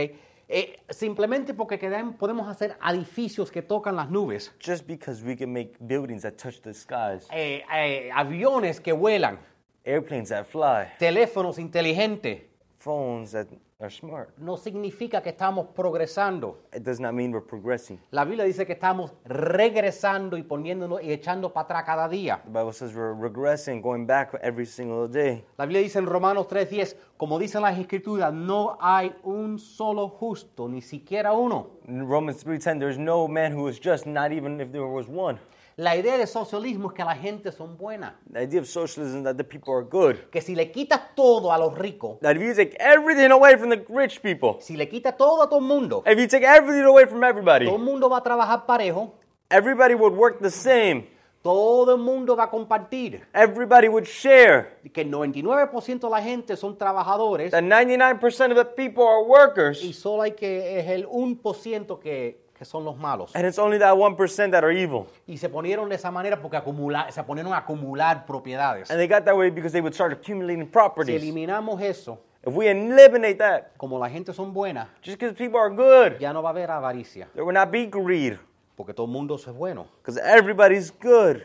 Speaker 1: Eh, simplemente porque quedan- podemos hacer edificios que tocan las nubes,
Speaker 2: Just because we can make buildings that touch the skies,
Speaker 1: eh, eh, aviones que vuelan,
Speaker 2: airplanes that fly,
Speaker 1: teléfonos inteligentes,
Speaker 2: phones that are smart,
Speaker 1: no significa que estamos progresando.
Speaker 2: it does not mean we're progressing.
Speaker 1: La Biblia dice que estamos regresando y poniéndonos y echando para atrás cada día.
Speaker 2: The Bible says we're regressing, going back every single day.
Speaker 1: La Biblia dice en Romanos 3:10, como dicen las escrituras, no hay un solo justo, ni siquiera uno.
Speaker 2: In Romans 3:10, there's no man who is just, not even if there was one.
Speaker 1: La idea del socialismo es que la gente son buenas,
Speaker 2: The idea of socialism that the people are good.
Speaker 1: que si le quitas todo a los ricos,
Speaker 2: That if you take everything away from the rich people,
Speaker 1: si le quitas todo a todo el mundo,
Speaker 2: if you take everything away from everybody,
Speaker 1: Todo el mundo va a trabajar parejo,
Speaker 2: everybody would work the same.
Speaker 1: todo el mundo va a compartir.
Speaker 2: Everybody would share.
Speaker 1: Y Que el 99% de la gente son trabajadores
Speaker 2: That 99% of the people are workers.
Speaker 1: y solo hay que es el 1% que, que son los malos.
Speaker 2: And it's only that 1% that are evil.
Speaker 1: Y se ponieron de esa manera porque acumula- se ponieron a acumular propiedades.
Speaker 2: And they got that way because they would start accumulating
Speaker 1: Si
Speaker 2: properties.
Speaker 1: eliminamos eso,
Speaker 2: If we eliminate that,
Speaker 1: como la gente son buenas,
Speaker 2: just because people are good,
Speaker 1: ya no va a haber avaricia,
Speaker 2: there will not be greed
Speaker 1: porque todo el mundo es bueno.
Speaker 2: because everybody's good.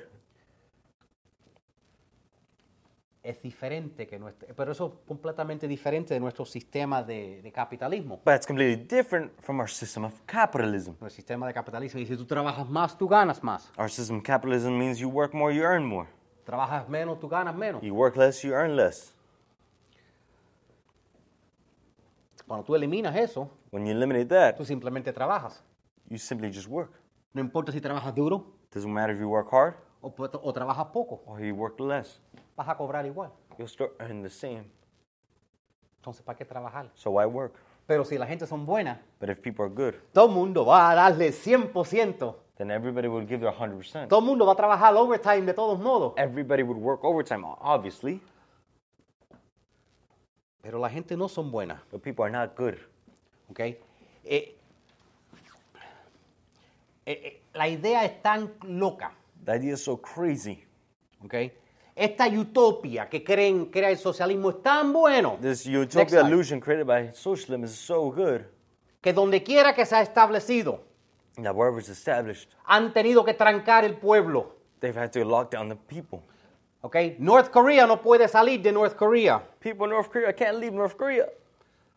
Speaker 1: es diferente que nuestro, pero eso es completamente diferente de nuestro sistema de, de capitalismo.
Speaker 2: But it's completely different from our system of capitalism.
Speaker 1: Nuestro sistema de capitalismo dice, tú trabajas más, tú ganas más.
Speaker 2: Our system of capitalism means you work more, you earn more.
Speaker 1: Trabajas menos, tú ganas menos.
Speaker 2: You work less, you earn less.
Speaker 1: Cuando tú eliminas eso,
Speaker 2: When you eliminate that,
Speaker 1: tú simplemente trabajas.
Speaker 2: you simply just work.
Speaker 1: No importa si trabajas duro
Speaker 2: Doesn't matter if you work hard
Speaker 1: o, pu- o trabajas poco,
Speaker 2: or you work less.
Speaker 1: vas a cobrar igual.
Speaker 2: You'll still earn the same.
Speaker 1: Entonces, ¿para qué trabajar?
Speaker 2: So why work?
Speaker 1: Pero si la gente son buenas,
Speaker 2: But if people are good,
Speaker 1: todo el mundo va a darle 100%.
Speaker 2: then everybody will give their 100%.
Speaker 1: Todo el mundo va a trabajar overtime de todos modos.
Speaker 2: Everybody would work overtime, obviously,
Speaker 1: Pero la gente no son buenas.
Speaker 2: but people are not good.
Speaker 1: ¿ok? Eh, eh, eh, la idea es tan loca,
Speaker 2: The idea is so crazy.
Speaker 1: ¿ok? Esta utopía que creen crea el socialismo es tan bueno
Speaker 2: This
Speaker 1: Next
Speaker 2: utopia
Speaker 1: slide.
Speaker 2: illusion created by socialism is so good
Speaker 1: que donde quiera que se ha establecido
Speaker 2: that wherever it's established,
Speaker 1: han tenido que trancar el pueblo,
Speaker 2: they've had to lock down the people.
Speaker 1: ¿ok? North Korea no puede salir de North Korea.
Speaker 2: People in North Korea can't leave North Korea.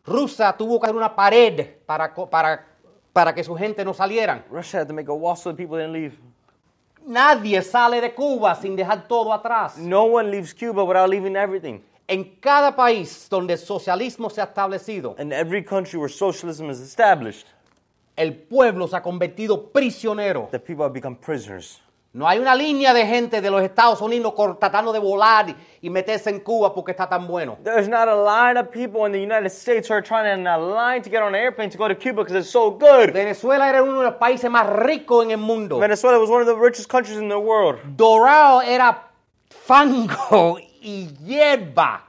Speaker 1: Rusia tuvo que hacer una pared para, co- para, para que su gente no salieran.
Speaker 2: Russia had to make a wall so that people didn't leave.
Speaker 1: Nadie sale de Cuba sin dejar todo atrás.
Speaker 2: No one leaves Cuba without leaving everything.
Speaker 1: En cada país donde el socialismo se ha establecido,
Speaker 2: In every country where socialism is established,
Speaker 1: El pueblo se ha convertido prisionero.
Speaker 2: the people have become prisoners.
Speaker 1: No hay una línea de gente de los Estados Unidos cor- tratando de volar y meterse en Cuba porque está tan bueno.
Speaker 2: There's not a line of people in the United States who are trying to line to get on an airplane to go to Cuba because it's so good.
Speaker 1: Venezuela era uno de los países más ricos en el mundo.
Speaker 2: Venezuela was one of the richest countries in the world.
Speaker 1: Dorado era fango y hierba.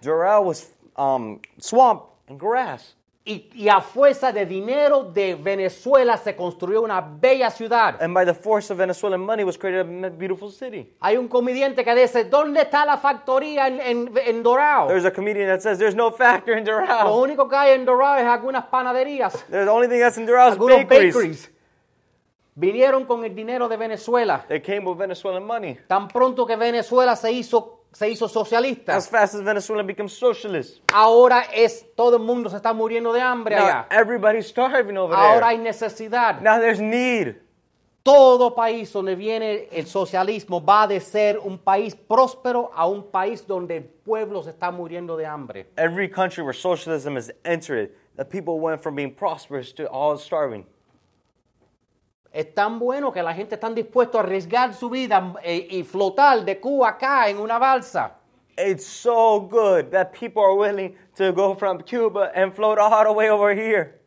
Speaker 2: Doral was um, swamp and grass.
Speaker 1: Y, y a fuerza de dinero de Venezuela se construyó una bella ciudad.
Speaker 2: And by the force of Venezuelan money was created a beautiful city.
Speaker 1: Hay un comediante que dice, ¿dónde está la factoría en, en, en Dorado?
Speaker 2: There's a comedian that says there's no factor in
Speaker 1: Lo
Speaker 2: Doral.
Speaker 1: único que hay en Dorado es algunas panaderías.
Speaker 2: There's the only thing that's in Doral is
Speaker 1: algunos
Speaker 2: bakeries.
Speaker 1: bakeries. vinieron con el dinero de Venezuela.
Speaker 2: They came with Venezuelan money.
Speaker 1: Tan pronto que Venezuela se hizo, se hizo socialista,
Speaker 2: As fast as Venezuela becomes socialist,
Speaker 1: ahora es todo el mundo se está muriendo de hambre
Speaker 2: now
Speaker 1: allá.
Speaker 2: everybody's starving over
Speaker 1: Ahora
Speaker 2: there.
Speaker 1: hay necesidad.
Speaker 2: Now there's need.
Speaker 1: Todo país donde viene el socialismo va de ser un país próspero a un país donde el pueblo se está muriendo de hambre.
Speaker 2: Every country where socialism has entered it, the people went from being prosperous to all starving.
Speaker 1: Es tan bueno que la gente está dispuesta a arriesgar su vida eh, y flotar de Cuba acá en una balsa.
Speaker 2: It's so good that people are willing to go from Cuba and float all the way over here.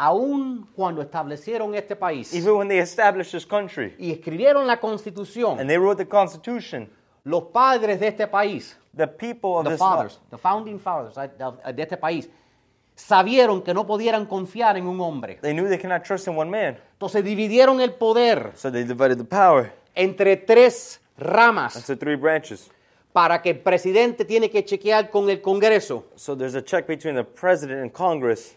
Speaker 1: Aún cuando establecieron este país.
Speaker 2: Even when they established this country
Speaker 1: y escribieron la constitución,
Speaker 2: and they wrote the Constitution,
Speaker 1: los padres de este país,
Speaker 2: the people of
Speaker 1: the
Speaker 2: this
Speaker 1: fathers, the founding fathers eh, de de este país, sabieron que no podían confiar en un hombre.
Speaker 2: they knew they cannot trust in one man,
Speaker 1: Entonces dividieron el poder
Speaker 2: so they divided the power
Speaker 1: entre tres ramas
Speaker 2: into three branches.
Speaker 1: para que el presidente tiene que chequear con el Congreso
Speaker 2: So there's a check between the president and Congress.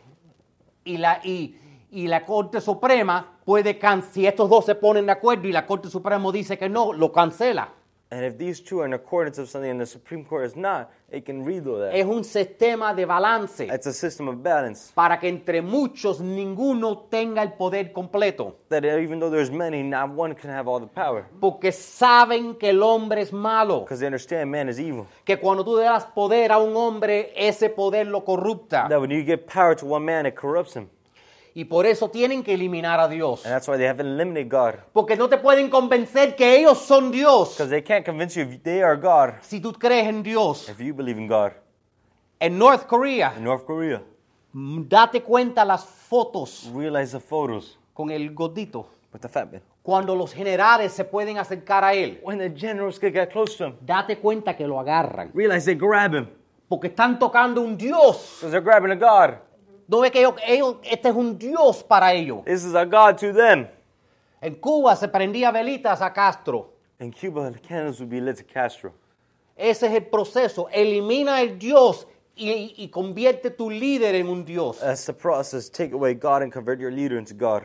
Speaker 1: y la, y, y la Corte Suprema puede, can- si estos dos se ponen de acuerdo y la Corte Suprema dice que no, lo cancela.
Speaker 2: And if these two are in accordance of something and the Supreme Court is not, it can redo that.
Speaker 1: Es un sistema de balance
Speaker 2: It's a system of balance
Speaker 1: para que entre muchos ninguno tenga el poder completo.
Speaker 2: that even though there's many, not one can have all the power.
Speaker 1: porque saben que el hombre es malo,
Speaker 2: Because they understand man is evil.
Speaker 1: que cuando tú le das poder a un hombre, ese poder lo corrupta.
Speaker 2: That when you give power to one man, it corrupts him.
Speaker 1: Y por eso tienen que eliminar a Dios.
Speaker 2: And that's why they have to eliminate God.
Speaker 1: Porque no te pueden convencer que ellos son Dios
Speaker 2: Because they can't convince you if they are God,
Speaker 1: si tú crees en Dios.
Speaker 2: if you believe in God.
Speaker 1: En North Korea,
Speaker 2: In North Korea,
Speaker 1: mm, date cuenta las fotos
Speaker 2: realize the photos
Speaker 1: con el gordito,
Speaker 2: with the fat man.
Speaker 1: cuando los generales se pueden acercar a él.
Speaker 2: When the generals could get close to him,
Speaker 1: Date cuenta que lo agarran,
Speaker 2: realize they grab him.
Speaker 1: porque están tocando un Dios.
Speaker 2: Because they're grabbing a God.
Speaker 1: No ve que ellos- ellos- este es un Dios para ellos.
Speaker 2: This is a God to them.
Speaker 1: En Cuba se prendía velitas a Castro.
Speaker 2: In Cuba, the candles would be lit to Castro.
Speaker 1: Ese es el proceso. Elimina el Dios y, y convierte tu líder en un Dios.
Speaker 2: That's the process. Take away God and convert your leader into God.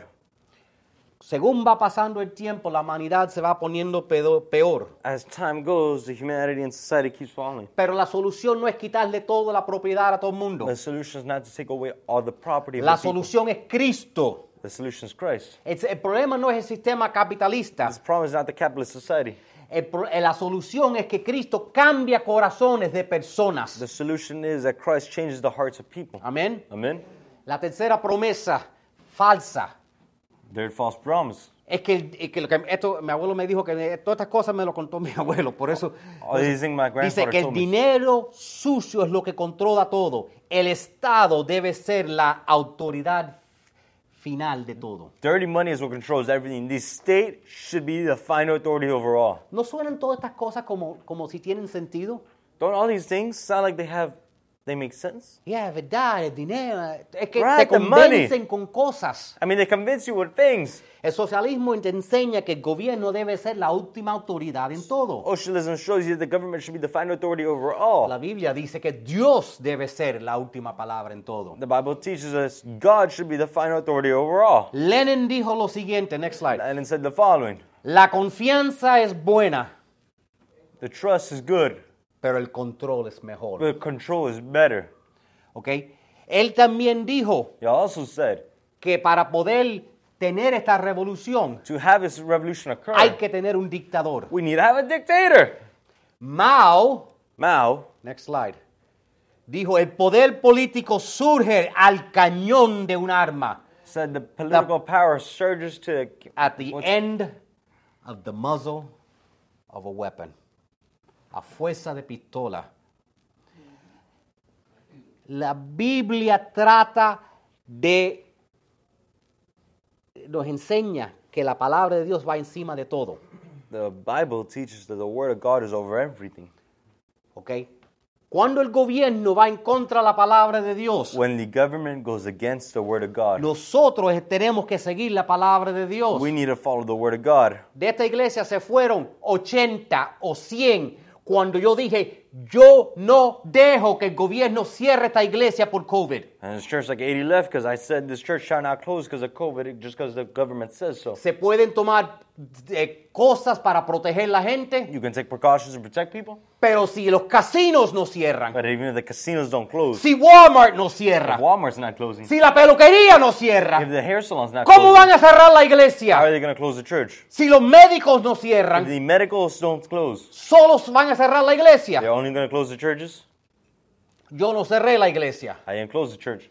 Speaker 1: Según va pasando el tiempo, la humanidad se va poniendo pedo- peor.
Speaker 2: As time goes, the humanity and society keeps falling.
Speaker 1: Pero la solución no es quitarle toda la propiedad a todo el mundo.
Speaker 2: The solution is not to take away all the property. Of
Speaker 1: La
Speaker 2: the, people.
Speaker 1: solución es Cristo.
Speaker 2: the solution is Christ.
Speaker 1: Es- El problema no es el sistema capitalista.
Speaker 2: The problem is not the capitalist society.
Speaker 1: El pro- eh, la solución es que Cristo cambia corazones de personas.
Speaker 2: The solution is that Christ changes the hearts of people.
Speaker 1: Amén.
Speaker 2: Amen.
Speaker 1: La tercera promesa falsa
Speaker 2: They're false promise.
Speaker 1: es que, el- es que lo que- esto, mi abuelo me dijo que eh, todas estas cosas me lo contó mi abuelo, por eso
Speaker 2: Oh, these things my
Speaker 1: dice
Speaker 2: grandfather
Speaker 1: que el
Speaker 2: told me.
Speaker 1: dinero sucio es lo que controla todo. El Estado debe ser la autoridad final de todo.
Speaker 2: Dirty money is what controls everything. The state should be the final authority over all.
Speaker 1: ¿No suenan todas estas cosas como, como si tienen sentido?
Speaker 2: Don't all these things sound like they have, they make sense?
Speaker 1: Ya, es verdad, el dinero. eh, Es que
Speaker 2: Right,
Speaker 1: te
Speaker 2: the money.
Speaker 1: convencen con cosas.
Speaker 2: I mean, they convince you with things.
Speaker 1: El socialismo te enseña que el gobierno debe ser la última autoridad en todo.
Speaker 2: Socialism shows you that the government should be the final authority over all.
Speaker 1: La Biblia dice que Dios debe ser la última palabra en todo.
Speaker 2: The Bible teaches us God should be the final authority over all.
Speaker 1: Lenin dijo lo siguiente, next slide.
Speaker 2: And it said the following
Speaker 1: La confianza es buena,
Speaker 2: The trust is good,
Speaker 1: pero el control es mejor.
Speaker 2: but control is better.
Speaker 1: ¿Ok? Él también dijo
Speaker 2: He also said
Speaker 1: que para poder tener esta revolución
Speaker 2: to have this revolution occur,
Speaker 1: hay que tener un dictador.
Speaker 2: we need to have a dictator.
Speaker 1: Mao,
Speaker 2: Mao
Speaker 1: next slide, dijo el poder político surge al cañón de un arma.
Speaker 2: said the political power surges to
Speaker 1: at the
Speaker 2: what's-
Speaker 1: end of the muzzle of a weapon. A fuerza de pistola. La Biblia trata de nos enseña que la palabra de Dios va encima de todo,
Speaker 2: the Bible teaches that the word of God is over everything.
Speaker 1: ¿ok? Cuando el gobierno va en contra de la palabra de Dios,
Speaker 2: When the government goes against the word of God,
Speaker 1: nosotros tenemos que seguir la palabra de Dios.
Speaker 2: we need to follow the word of God.
Speaker 1: De esta iglesia se fueron 80 o 100 cuando yo dije, yo no dejo que el gobierno cierre esta iglesia por COVID.
Speaker 2: And this church like 80 left because I said this church shall not close because of COVID, just because the government says so.
Speaker 1: Se pueden tomar eh, cosas para proteger la gente,
Speaker 2: You can take precautions and protect people,
Speaker 1: pero si los casinos no cierran,
Speaker 2: but even if the casinos don't close,
Speaker 1: si Walmart no
Speaker 2: if
Speaker 1: cierra,
Speaker 2: Walmart's not closing,
Speaker 1: si la peluquería no
Speaker 2: if
Speaker 1: cierra,
Speaker 2: the hair salon's not
Speaker 1: ¿cómo
Speaker 2: closing,
Speaker 1: van a cerrar la
Speaker 2: how are
Speaker 1: iglesia?
Speaker 2: they going to close the church?
Speaker 1: Si los médicos no
Speaker 2: If
Speaker 1: cierran,
Speaker 2: the medicals don't close,
Speaker 1: solos van a cerrar la
Speaker 2: they're
Speaker 1: iglesia.
Speaker 2: only going to close the churches?
Speaker 1: Yo no cerré la iglesia.
Speaker 2: I didn't close the church.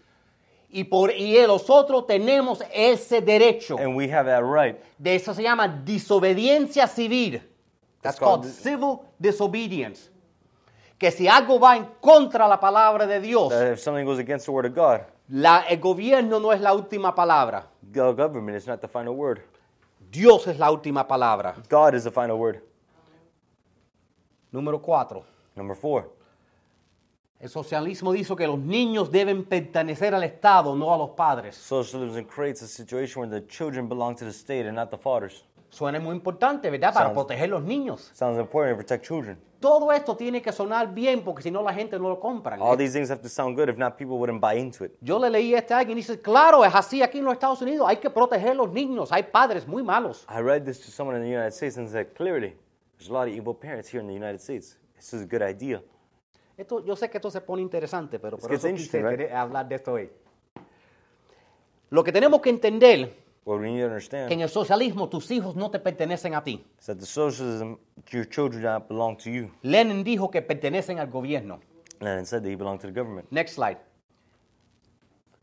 Speaker 1: Y, por, y nosotros tenemos ese derecho.
Speaker 2: And we have that right.
Speaker 1: De eso se llama desobediencia civil. That's
Speaker 2: It's called
Speaker 1: called civil disobedience. Que si algo va en contra de la palabra de Dios,
Speaker 2: That if something goes against the word of God,
Speaker 1: la- el gobierno no es la última palabra.
Speaker 2: the government is not the final word.
Speaker 1: Dios es la última palabra.
Speaker 2: God is the final word.
Speaker 1: Número cuatro.
Speaker 2: Number four.
Speaker 1: El socialismo dice que los niños deben pertenecer al Estado, no a los padres.
Speaker 2: Socialism creates a situation where the children belong to the state and not the fathers.
Speaker 1: Suena muy importante, ¿verdad? Para
Speaker 2: Sounds-
Speaker 1: proteger los niños.
Speaker 2: Sounds important to protect children.
Speaker 1: Todo esto tiene que sonar bien porque si no la gente no lo compra.
Speaker 2: All these things have to sound good. If not, people wouldn't buy into it.
Speaker 1: Yo le leí a este a alguien y dice, claro, es así aquí en los Estados Unidos, hay que proteger a los niños, hay padres muy malos.
Speaker 2: I read this to someone in the United States and said, clearly, there's a lot of evil parents here in the United States. This is a good idea.
Speaker 1: Esto, yo sé que esto se pone interesante, pero por
Speaker 2: gets
Speaker 1: eso quise
Speaker 2: interesting, right?
Speaker 1: tener- hablar de esto hoy. Lo que tenemos que entender
Speaker 2: What we need to
Speaker 1: que en
Speaker 2: understand
Speaker 1: el socialismo tus hijos no te pertenecen a ti.
Speaker 2: is that the socialism, your children do not belong to you.
Speaker 1: Lenin dijo que pertenecen al gobierno.
Speaker 2: And it said that you belong to the government.
Speaker 1: Next slide.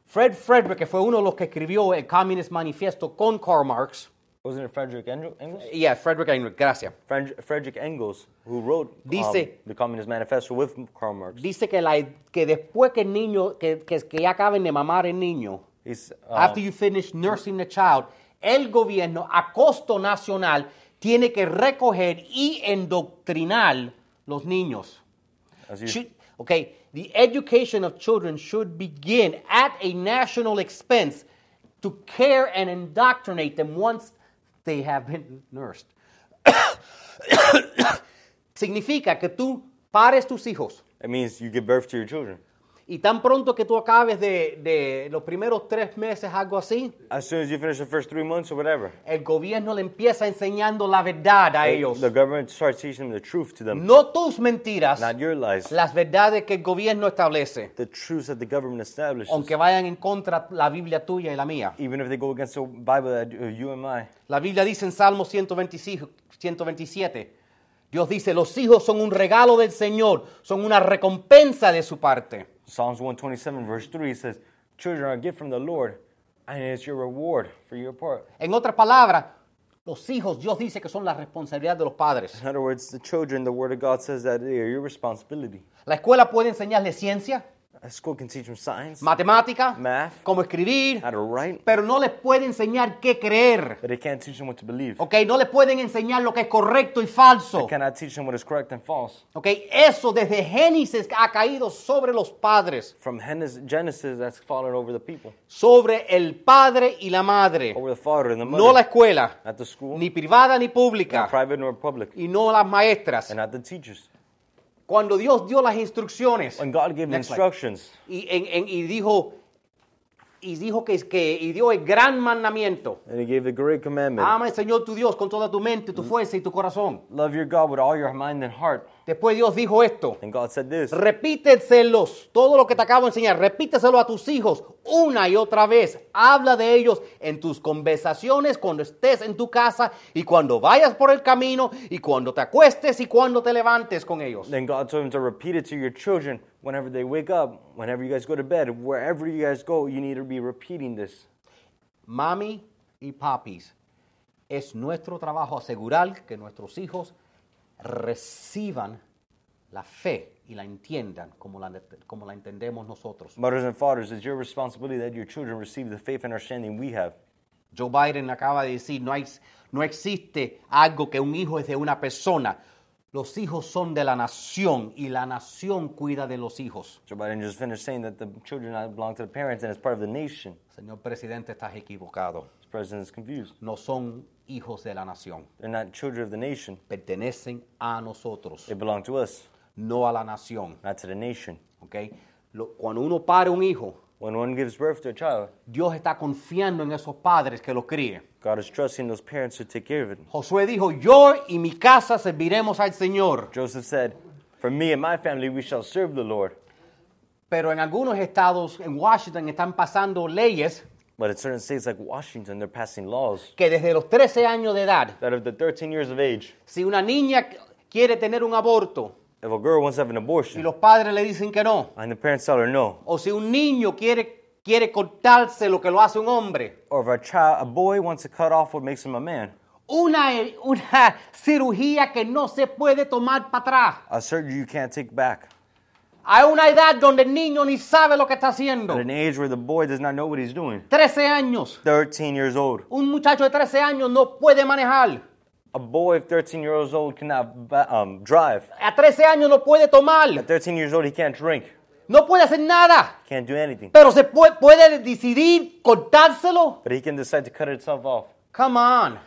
Speaker 1: Fred Frederick, que fue uno de los que escribió el Communist Manifiesto con Karl Marx.
Speaker 2: Wasn't it Frederick Engel- Engels?
Speaker 1: Yeah, Frederick Heinrich, gracias.
Speaker 2: Fred- Frederick Engels, who wrote um,
Speaker 1: Dice-
Speaker 2: the Communist Manifesto with Karl Marx.
Speaker 1: Dice que, la- que después que el niño, que, que, que ya acaben de mamar el niño,
Speaker 2: He's, uh,
Speaker 1: After you finish nursing the child, el gobierno a costo nacional tiene que recoger y endoctrinar los niños.
Speaker 2: as you-
Speaker 1: Chi- okay, the education of children should begin at a national expense to care and indoctrinate them once they have been nursed. Significa que tú pares tus hijos
Speaker 2: it means you give birth to your children.
Speaker 1: Y tan pronto que tú acabes de, de los primeros tres meses, algo así,
Speaker 2: As soon as you finish the first three months or whatever,
Speaker 1: el gobierno le empieza enseñando la verdad a ellos.
Speaker 2: Eh, the government starts teaching them the truth to them,
Speaker 1: No tus mentiras,
Speaker 2: not your lies.
Speaker 1: las verdades que el gobierno establece,
Speaker 2: The truths that the government establishes,
Speaker 1: aunque vayan en contra la Biblia tuya y la mía.
Speaker 2: even if they go against the Bible that uh, you and I.
Speaker 1: La Biblia dice en Salmo 125 127, Dios dice, los hijos son un regalo del Señor, son una recompensa de su parte.
Speaker 2: Psalms 127, verse 3 says, Children are a gift from the Lord, and it's your reward for your part.
Speaker 1: En otras palabras, los hijos, Dios dice que son la responsabilidad de los padres.
Speaker 2: In other words, the children, the Word of God says that they are your responsibility.
Speaker 1: La escuela puede enseñarle ciencia,
Speaker 2: A school can teach them science,
Speaker 1: matemática,
Speaker 2: Math.
Speaker 1: cómo escribir,
Speaker 2: how to write,
Speaker 1: pero no les puede enseñar qué creer.
Speaker 2: but they can't teach them what to believe.
Speaker 1: ¿ok? No les pueden enseñar lo que es correcto y
Speaker 2: They
Speaker 1: falso.
Speaker 2: cannot teach them what is correct and false.
Speaker 1: ¿ok? Eso desde Génesis ha caído sobre los padres,
Speaker 2: From Hen- Genesis, that's fallen over the people,
Speaker 1: sobre el padre y la madre.
Speaker 2: over the father and the mother,
Speaker 1: No Oh, la escuela,
Speaker 2: not the school,
Speaker 1: ni privada ni
Speaker 2: not
Speaker 1: pública,
Speaker 2: private nor public,
Speaker 1: y no las maestras.
Speaker 2: and not the teachers.
Speaker 1: Cuando Dios dio las instrucciones
Speaker 2: When God gave them
Speaker 1: Next slide.
Speaker 2: instructions,
Speaker 1: y, en- en- y dijo y dijo que, que y dio el gran mandamiento.
Speaker 2: and He gave the great commandment,
Speaker 1: Ama al Señor tu Dios con toda tu mente, tu fuerza y tu corazón.
Speaker 2: love your God with all your mind and heart.
Speaker 1: Después Dios dijo esto.
Speaker 2: And God said this,
Speaker 1: Repíteselos, todo lo que te acabo de enseñar, repíteselo a tus hijos una y otra vez. Habla de ellos en tus conversaciones, cuando estés en tu casa y cuando vayas por el camino y cuando te acuestes y cuando te levantes con ellos.
Speaker 2: Then God told him to repeat it to your children whenever they wake up, whenever you guys go to bed, wherever you guys go, you need to be repeating this.
Speaker 1: Mami y papis, es nuestro trabajo asegurar que nuestros hijos reciban la fe y la entiendan como la, como la entendemos nosotros.
Speaker 2: Mothers and fathers, it's your responsibility that your children receive the faith and understanding we have.
Speaker 1: Joe Biden acaba de decir, no, hay- no existe algo que un hijo es de una persona. Los hijos son de la nación y la nación cuida de los hijos.
Speaker 2: Joe Biden just finished saying that the children not belong to the parents and it's part of the nation.
Speaker 1: Señor presidente, estás equivocado.
Speaker 2: This president is confused.
Speaker 1: No son hijos de la nación.
Speaker 2: They're not children of the nation.
Speaker 1: Pertenecen a nosotros,
Speaker 2: They belong to us,
Speaker 1: no a la nación.
Speaker 2: not to the nation.
Speaker 1: ¿ok? Lo- cuando uno para un hijo,
Speaker 2: When one gives birth to a child,
Speaker 1: Dios está confiando en esos padres que lo críen.
Speaker 2: God is trusting those parents to take care of it.
Speaker 1: Josué dijo, yo y mi casa serviremos al Señor.
Speaker 2: Joseph said, For me and my family, we shall serve the Lord.
Speaker 1: Pero en algunos estados, en Washington, están pasando leyes
Speaker 2: But in certain states like Washington, they're passing laws
Speaker 1: que desde los 13 años de edad,
Speaker 2: that of the 13 years of age,
Speaker 1: si una niña quiere tener un aborto
Speaker 2: if a girl wants to have an
Speaker 1: y
Speaker 2: abortion
Speaker 1: los padres le dicen que no,
Speaker 2: and the parents tell her no,
Speaker 1: o si un niño quiere, quiere cortarse lo que lo hace un hombre,
Speaker 2: or if a child, a boy wants to cut off what makes him a man,
Speaker 1: una, una cirugía que no se puede tomar para atrás.
Speaker 2: a surgery you can't take back.
Speaker 1: Hay una edad donde el niño ni sabe lo que está haciendo.
Speaker 2: At an age where the boy does not know what he's doing,
Speaker 1: 13 años.
Speaker 2: 13 years old.
Speaker 1: Un muchacho de 13 años no puede manejar.
Speaker 2: A boy of 13 years old cannot ba- um, drive.
Speaker 1: A 13 años no puede
Speaker 2: At
Speaker 1: tomar.
Speaker 2: 13 years old, he can't drink,
Speaker 1: No puede hacer nada.
Speaker 2: can't do anything.
Speaker 1: Pero se puede, puede decidir cortárselo.
Speaker 2: But he can decide to cut itself off
Speaker 1: Come on.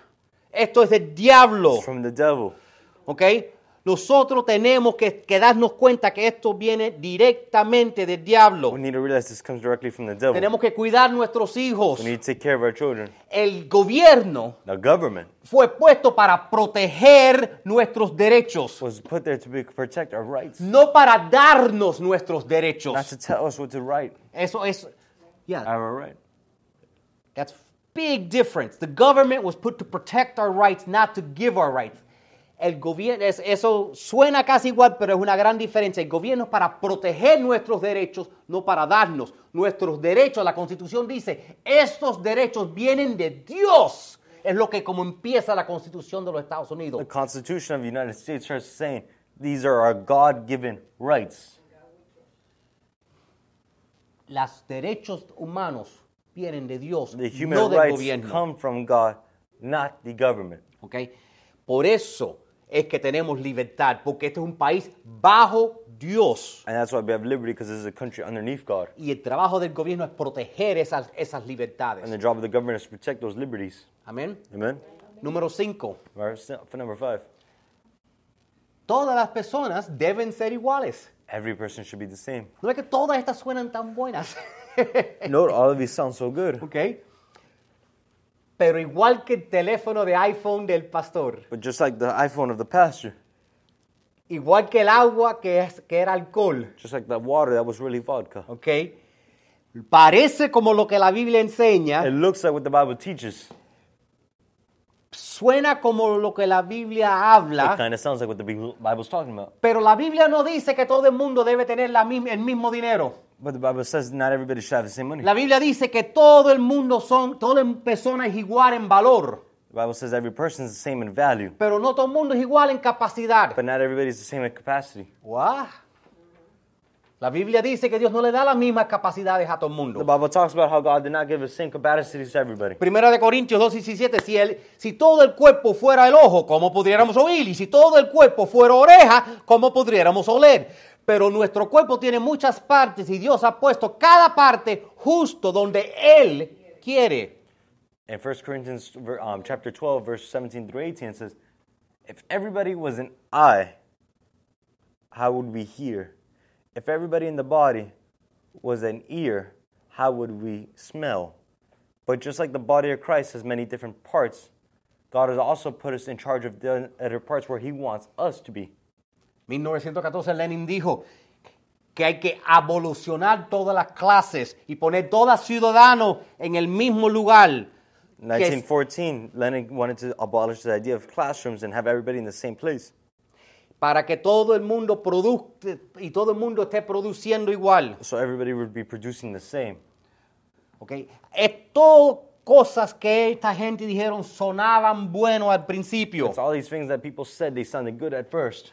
Speaker 1: Esto es del diablo.
Speaker 2: from the devil.
Speaker 1: ¿Ok? Nosotros tenemos que, que darnos cuenta que esto viene directamente del diablo.
Speaker 2: We need to realize this comes directly from the devil.
Speaker 1: Tenemos que cuidar nuestros hijos.
Speaker 2: We need to take care of our children.
Speaker 1: El gobierno
Speaker 2: The government
Speaker 1: fue puesto para proteger nuestros derechos,
Speaker 2: was put there to be, protect our rights,
Speaker 1: no para darnos nuestros
Speaker 2: not
Speaker 1: derechos.
Speaker 2: to tell us what to write.
Speaker 1: Eso es. Yeah,
Speaker 2: Our right.
Speaker 1: that's big difference. The government was put to protect our rights, not to give our rights. El gobierno, es- eso suena casi igual, pero es una gran diferencia. El gobierno es para proteger nuestros derechos, no para darnos nuestros derechos. La Constitución dice, estos derechos vienen de Dios. Es lo que como empieza la Constitución de los Estados Unidos.
Speaker 2: The Constitution of the United States starts saying these are our God given rights.
Speaker 1: Los derechos humanos vienen de Dios,
Speaker 2: The human
Speaker 1: no del
Speaker 2: rights
Speaker 1: gobierno.
Speaker 2: come from God, not the government.
Speaker 1: ¿ok? Por eso es que tenemos libertad, porque este es un país bajo Dios.
Speaker 2: And that's why we have liberty, because this is a country underneath God.
Speaker 1: Y el trabajo del gobierno es proteger esas, esas
Speaker 2: And the
Speaker 1: libertades.
Speaker 2: job of the government is to protect those liberties.
Speaker 1: Amén.
Speaker 2: Amen?
Speaker 1: Número 5.
Speaker 2: Verse- For number five,
Speaker 1: Todas las personas deben ser iguales.
Speaker 2: Every person should be the same.
Speaker 1: No es que todas estas suenan tan buenas,
Speaker 2: Note, all of these sound so good.
Speaker 1: ¿ok? Pero igual que el teléfono de iPhone del pastor,
Speaker 2: But just like the iPhone of the pastor,
Speaker 1: igual que el agua que, es, que era alcohol,
Speaker 2: just like that water that was really vodka.
Speaker 1: ¿ok? Parece como lo que la Biblia enseña,
Speaker 2: It looks like what the Bible teaches.
Speaker 1: suena como lo que la Biblia habla,
Speaker 2: It kind of sounds like what the Bi- Bible's talking about.
Speaker 1: Pero la Biblia no dice que todo el mundo debe tener la misma- el mismo dinero.
Speaker 2: But the Bible says not everybody should have the same money.
Speaker 1: La Biblia dice que todo el mundo son, toda persona es igual en valor,
Speaker 2: The Bible says every person is the same in value,
Speaker 1: pero no todo el mundo es igual en capacidad.
Speaker 2: but not everybody is the same in capacity.
Speaker 1: What? La Biblia dice que Dios no le da las mismas capacidades a todo el
Speaker 2: The
Speaker 1: mundo.
Speaker 2: Bible talks about how God did not give the same capacities to everybody.
Speaker 1: Primera de Corintios 2.17, si, el- si todo el cuerpo fuera el ojo, ¿cómo pudiéramos oír? Y si todo el cuerpo fuera oreja, ¿cómo pudiéramos oler? Pero nuestro cuerpo tiene muchas partes y Dios ha puesto cada parte justo donde Él quiere.
Speaker 2: In 1 Corinthians ver- um, chapter 12, verse 17 through 18, it says, If everybody was an eye, how would we hear? If everybody in the body was an ear, how would we smell? But just like the body of Christ has many different parts, God has also put us in charge of the other parts where He wants us to be.
Speaker 1: 1914 Lenin dijo que hay que abolicionar todas las clases y poner todos ciudadanos en el mismo lugar. Que es-
Speaker 2: 1914, Lenin wanted to abolish the idea of classrooms and have everybody in the same place
Speaker 1: para que todo el mundo produzca y todo el mundo esté produciendo igual.
Speaker 2: so everybody would be producing the same.
Speaker 1: ¿ok? Es todo cosas que esta gente dijeron sonaban bueno al principio.
Speaker 2: It's all these things that people said they sounded good at first.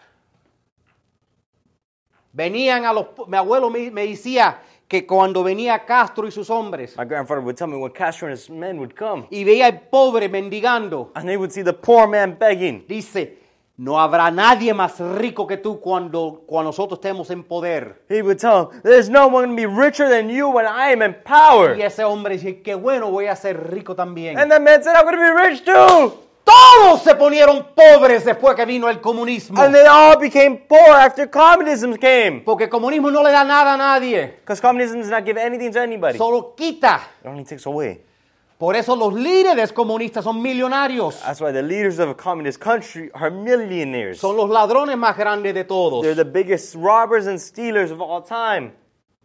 Speaker 1: Venían a los... Mi abuelo me, me decía que cuando venía Castro y sus hombres
Speaker 2: My grandfather would tell me when Castro and his men would come,
Speaker 1: y veía al pobre mendigando,
Speaker 2: and they would see the poor man begging.
Speaker 1: Dice, no habrá nadie más rico que tú cuando, cuando nosotros estemos en poder.
Speaker 2: He would tell him, There's no one going to be richer than you when I am in power.
Speaker 1: Y ese hombre dice, qué bueno, voy a ser rico también.
Speaker 2: And the man said, I'm going to be rich too.
Speaker 1: Todos se ponieron pobres después que vino el comunismo.
Speaker 2: And they all became poor after communism came.
Speaker 1: Porque el comunismo no le da nada a nadie,
Speaker 2: Because communism does not give anything to anybody, it
Speaker 1: solo quita.
Speaker 2: only takes away.
Speaker 1: Por eso los líderes comunistas son millonarios.
Speaker 2: That's why the leaders of a communist country are millionaires.
Speaker 1: Son los ladrones más grandes de todos.
Speaker 2: They're the biggest robbers and stealers of all time.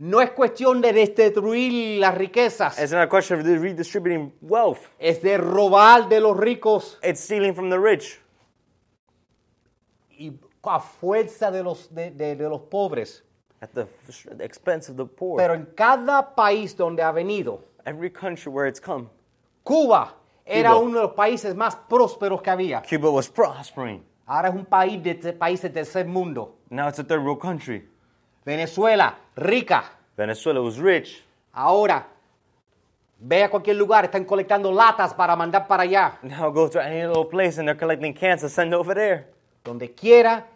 Speaker 1: No es cuestión de destruir las riquezas,
Speaker 2: It's not a question of redistributing wealth.
Speaker 1: es de robar de los ricos
Speaker 2: It's stealing from the rich
Speaker 1: y a fuerza de los, de- de- de los pobres.
Speaker 2: at the f- the expense of the poor.
Speaker 1: Pero en cada país donde ha venido,
Speaker 2: Every country where it's come,
Speaker 1: Cuba era
Speaker 2: Cuba.
Speaker 1: uno de los países más prósperos que había.
Speaker 2: Cuba was prospering.
Speaker 1: Ahora es un país de de países del tercer mundo.
Speaker 2: Now it's a third world country.
Speaker 1: Venezuela, rica.
Speaker 2: Venezuela was rich.
Speaker 1: Ahora, ve a cualquier lugar, están colectando latas para mandar para allá.
Speaker 2: Now go to any little place and they're collecting cans to send over there.
Speaker 1: Donde quiera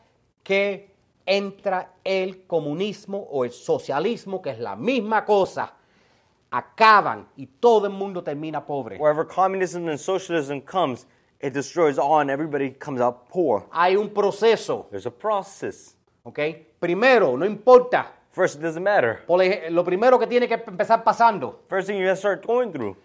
Speaker 1: que entra el comunismo o el socialismo, que es la misma cosa, acaban y todo el mundo termina pobre.
Speaker 2: Wherever communism and socialism comes, it destroys all and everybody comes out poor.
Speaker 1: Hay un proceso,
Speaker 2: There's a process.
Speaker 1: ¿ok? Primero, no importa
Speaker 2: First, it doesn't matter.
Speaker 1: Por ej- lo primero que tiene que empezar pasando,
Speaker 2: First thing you have to start going through.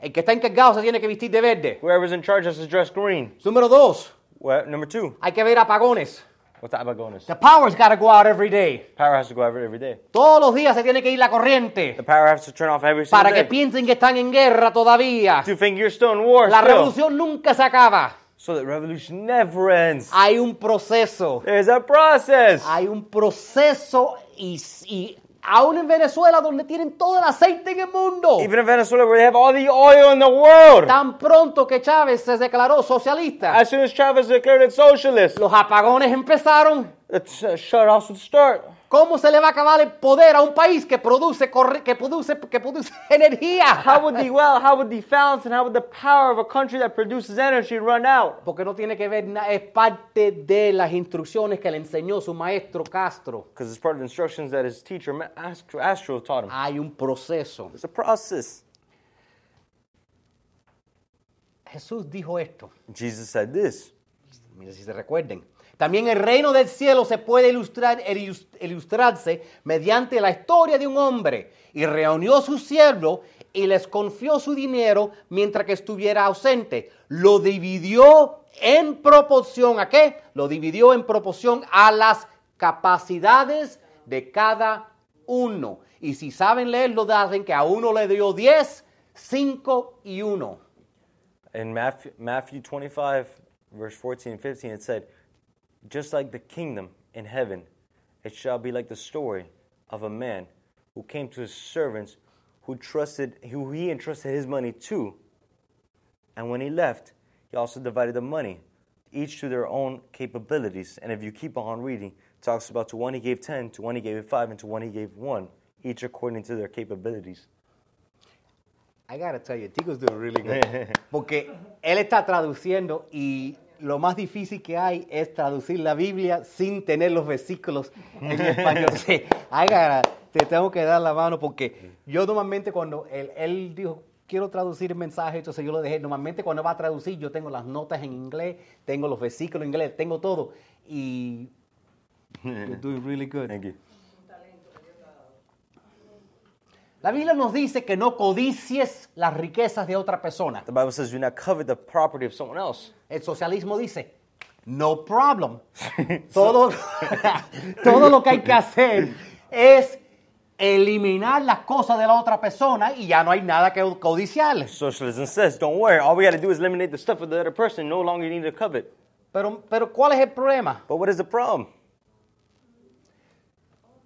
Speaker 1: el que está encargado se tiene que vestir de verde.
Speaker 2: Whoever's in charge has to dress green.
Speaker 1: Número dos,
Speaker 2: Well, number two,
Speaker 1: hay que ver apagones.
Speaker 2: what's that about bonus?
Speaker 1: The power's gotta go out every day.
Speaker 2: Power has to go out every day.
Speaker 1: Todos los días se tiene que ir la
Speaker 2: The
Speaker 1: corriente
Speaker 2: power has to turn off every single
Speaker 1: para que
Speaker 2: day.
Speaker 1: piensen que están en guerra todavía.
Speaker 2: To think you're still in war
Speaker 1: La
Speaker 2: still.
Speaker 1: revolución nunca se acaba.
Speaker 2: So that revolution never ends.
Speaker 1: Hay un proceso.
Speaker 2: There's a process.
Speaker 1: Hay un proceso y, y aún en Venezuela donde tienen todo el aceite en el mundo.
Speaker 2: Even in Venezuela where they have all the oil in the world.
Speaker 1: Tan pronto que Chávez se declaró socialista,
Speaker 2: As soon as Chavez declared it socialist,
Speaker 1: los apagones empezaron.
Speaker 2: the t- uh, shut offs would start.
Speaker 1: ¿Cómo se le va a acabar el poder a un país que produce, corre- que produce, que produce
Speaker 2: How
Speaker 1: energía?
Speaker 2: would the well, how would the fountains, and how would the power of a country that produces energy run out?
Speaker 1: Porque no tiene que ver, na- es parte de las instrucciones que le enseñó su maestro Castro.
Speaker 2: Because it's part of the instructions that his teacher, Ma- Astro, Astro taught him.
Speaker 1: Hay un proceso.
Speaker 2: There's a process.
Speaker 1: Jesús dijo esto,
Speaker 2: Jesus said this.
Speaker 1: mira si se recuerden. También el reino del cielo se puede ilustrar, ilus- ilustrarse mediante la historia de un hombre. Y reunió su siervo y les confió su dinero mientras que estuviera ausente. Lo dividió en proporción a qué? Lo dividió en proporción a las capacidades de cada uno. Y si saben leer, lo hacen que a uno le dio 10, 5 y 1.
Speaker 2: In Matthew, Matthew 25, verse 14 and 15, it said, Just like the kingdom in heaven, it shall be like the story of a man who came to his servants who trusted who he entrusted his money to. And when he left, he also divided the money, each to their own capabilities. And if you keep on reading, it talks about to one he gave ten, to one he gave five, and to one he gave one, each according to their capabilities.
Speaker 1: I gotta tell you, Tico's doing really good. Porque él está traduciendo y lo más difícil que hay es traducir la Biblia sin tener los versículos en español. Sí, I gotta- te tengo que dar la mano porque yo normalmente cuando él, él dijo, quiero traducir el mensaje, entonces yo lo dejé. Normalmente cuando va a traducir, yo tengo las notas en inglés, tengo los versículos en inglés, tengo todo. Y. You're doing really good.
Speaker 2: Thank you.
Speaker 1: La Biblia nos dice que no codicies las riquezas de otra persona.
Speaker 2: The Bible says, Do not covet the property of someone else.
Speaker 1: El socialismo dice, no problem. Todo, todo lo que hay que hacer es eliminar las cosas de la otra persona y ya no hay nada que codiciar.
Speaker 2: Socialism says, don't worry, all we gotta do is eliminate the stuff of the other person, no longer need to covet.
Speaker 1: Pero, pero ¿cuál es el problema?
Speaker 2: But what is the problem?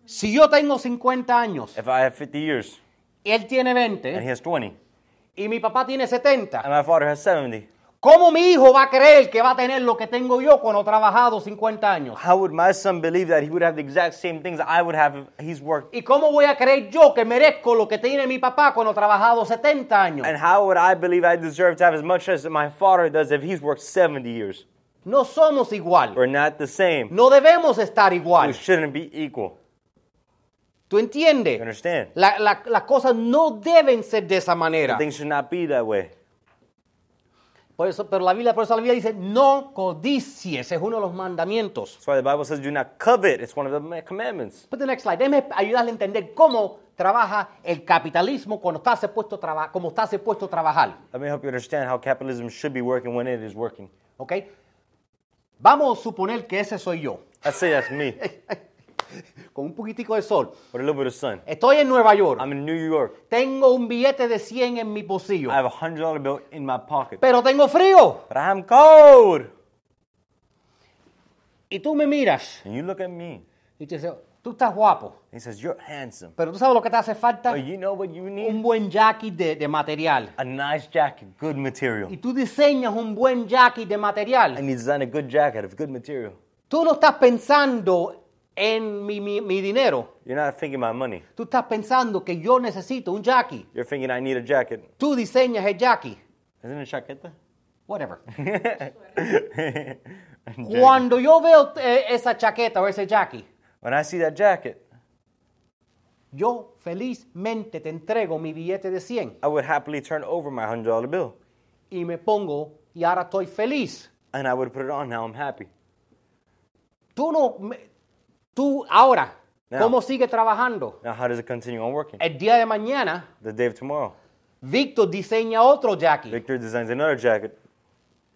Speaker 1: Si yo tengo 50 años,
Speaker 2: If I have 50 years
Speaker 1: él tiene
Speaker 2: and
Speaker 1: 20
Speaker 2: he has 20,
Speaker 1: y mi papá tiene
Speaker 2: and
Speaker 1: 70,
Speaker 2: my father has 70,
Speaker 1: ¿cómo mi hijo va a creer que va a tener lo que tengo yo cuando he trabajado 50 años?
Speaker 2: how would my son believe that he would have the exact same things I would have if he's worked?
Speaker 1: ¿Y cómo voy a creer yo que merezco lo que tiene mi papá cuando he trabajado 70 años?
Speaker 2: And how would I believe I deserve to have as much as my father does if he's worked 70 years?
Speaker 1: No somos igual.
Speaker 2: We're not the same.
Speaker 1: No debemos estar
Speaker 2: We
Speaker 1: igual.
Speaker 2: shouldn't be equal.
Speaker 1: ¿Tú
Speaker 2: You
Speaker 1: entiendes?
Speaker 2: understand?
Speaker 1: La- la- las cosas no deben ser de esa manera.
Speaker 2: Things should not be that way.
Speaker 1: Por eso, pero la Biblia, por eso la Biblia dice, no codicies. Es uno de los mandamientos.
Speaker 2: That's why the Bible says, do not covet. It's one of the ma- commandments.
Speaker 1: Put the next slide. Déjeme ayudarle a entender cómo trabaja el capitalismo cuando está supuesto traba- como está supuesto trabajar.
Speaker 2: Let me help you understand how capitalism should be working when it is working.
Speaker 1: ¿Ok? Vamos a suponer que ese soy yo,
Speaker 2: Let's say that's me.
Speaker 1: con un poquitico de sol.
Speaker 2: with a little bit of sun.
Speaker 1: Estoy en Nueva York.
Speaker 2: I'm in New York.
Speaker 1: Tengo un billete de 100 en mi bolsillo.
Speaker 2: I have a hundred dollar bill in my pocket,
Speaker 1: Pero tengo frío.
Speaker 2: but I'm cold.
Speaker 1: Y tú me miras
Speaker 2: And you look at me.
Speaker 1: y te dices, tú estás guapo.
Speaker 2: He says, "You're handsome,
Speaker 1: Pero tú sabes lo que te hace falta.
Speaker 2: but you know what you need?
Speaker 1: un buen jacket de, de material.
Speaker 2: A nice jacket, good material.
Speaker 1: Y tú diseñas un buen jacket de
Speaker 2: I
Speaker 1: material.
Speaker 2: need to design a good jacket of good material.
Speaker 1: Tú no estás pensando en mi, mi- mi dinero.
Speaker 2: You're not thinking my money.
Speaker 1: Tú estás pensando que yo necesito un jacket.
Speaker 2: You're thinking I need a jacket.
Speaker 1: Tú diseñas el jacket.
Speaker 2: Isn't it chaqueta?
Speaker 1: Whatever.
Speaker 2: Jacket.
Speaker 1: Cuando yo veo eh, esa chaqueta o ese jacket,
Speaker 2: when I see that jacket,
Speaker 1: yo felizmente te entrego mi billete de 100
Speaker 2: I would happily turn over my hundred dollar bill,
Speaker 1: y me pongo y ahora estoy feliz.
Speaker 2: and I would put it on. Now I'm happy.
Speaker 1: Tú no... me- tú ahora,
Speaker 2: Now.
Speaker 1: ¿cómo sigue trabajando?
Speaker 2: Now how does it continue on working?
Speaker 1: El día de mañana
Speaker 2: The day of tomorrow,
Speaker 1: Víctor diseña otro jacket
Speaker 2: Victor designs another jacket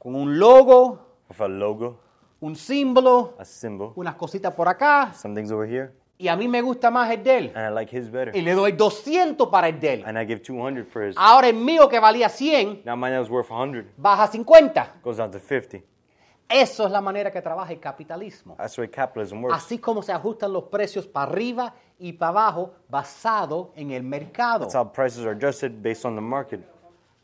Speaker 1: con un logo,
Speaker 2: with a logo,
Speaker 1: un símbolo,
Speaker 2: a symbol,
Speaker 1: unas cositas por acá.
Speaker 2: some things over here.
Speaker 1: Y a mí me gusta más el de él.
Speaker 2: and I like his better.
Speaker 1: Y le doy 200 para el de él.
Speaker 2: And I give 200 for his.
Speaker 1: Ahora el mío que valía 100
Speaker 2: Now mine that was worth 100
Speaker 1: baja a 50.
Speaker 2: goes down to 50.
Speaker 1: Eso es la manera que trabaja el capitalismo.
Speaker 2: That's the way capitalism works.
Speaker 1: Así como se ajustan los precios para arriba y para abajo basado en el mercado.
Speaker 2: That's how prices are adjusted based on the market.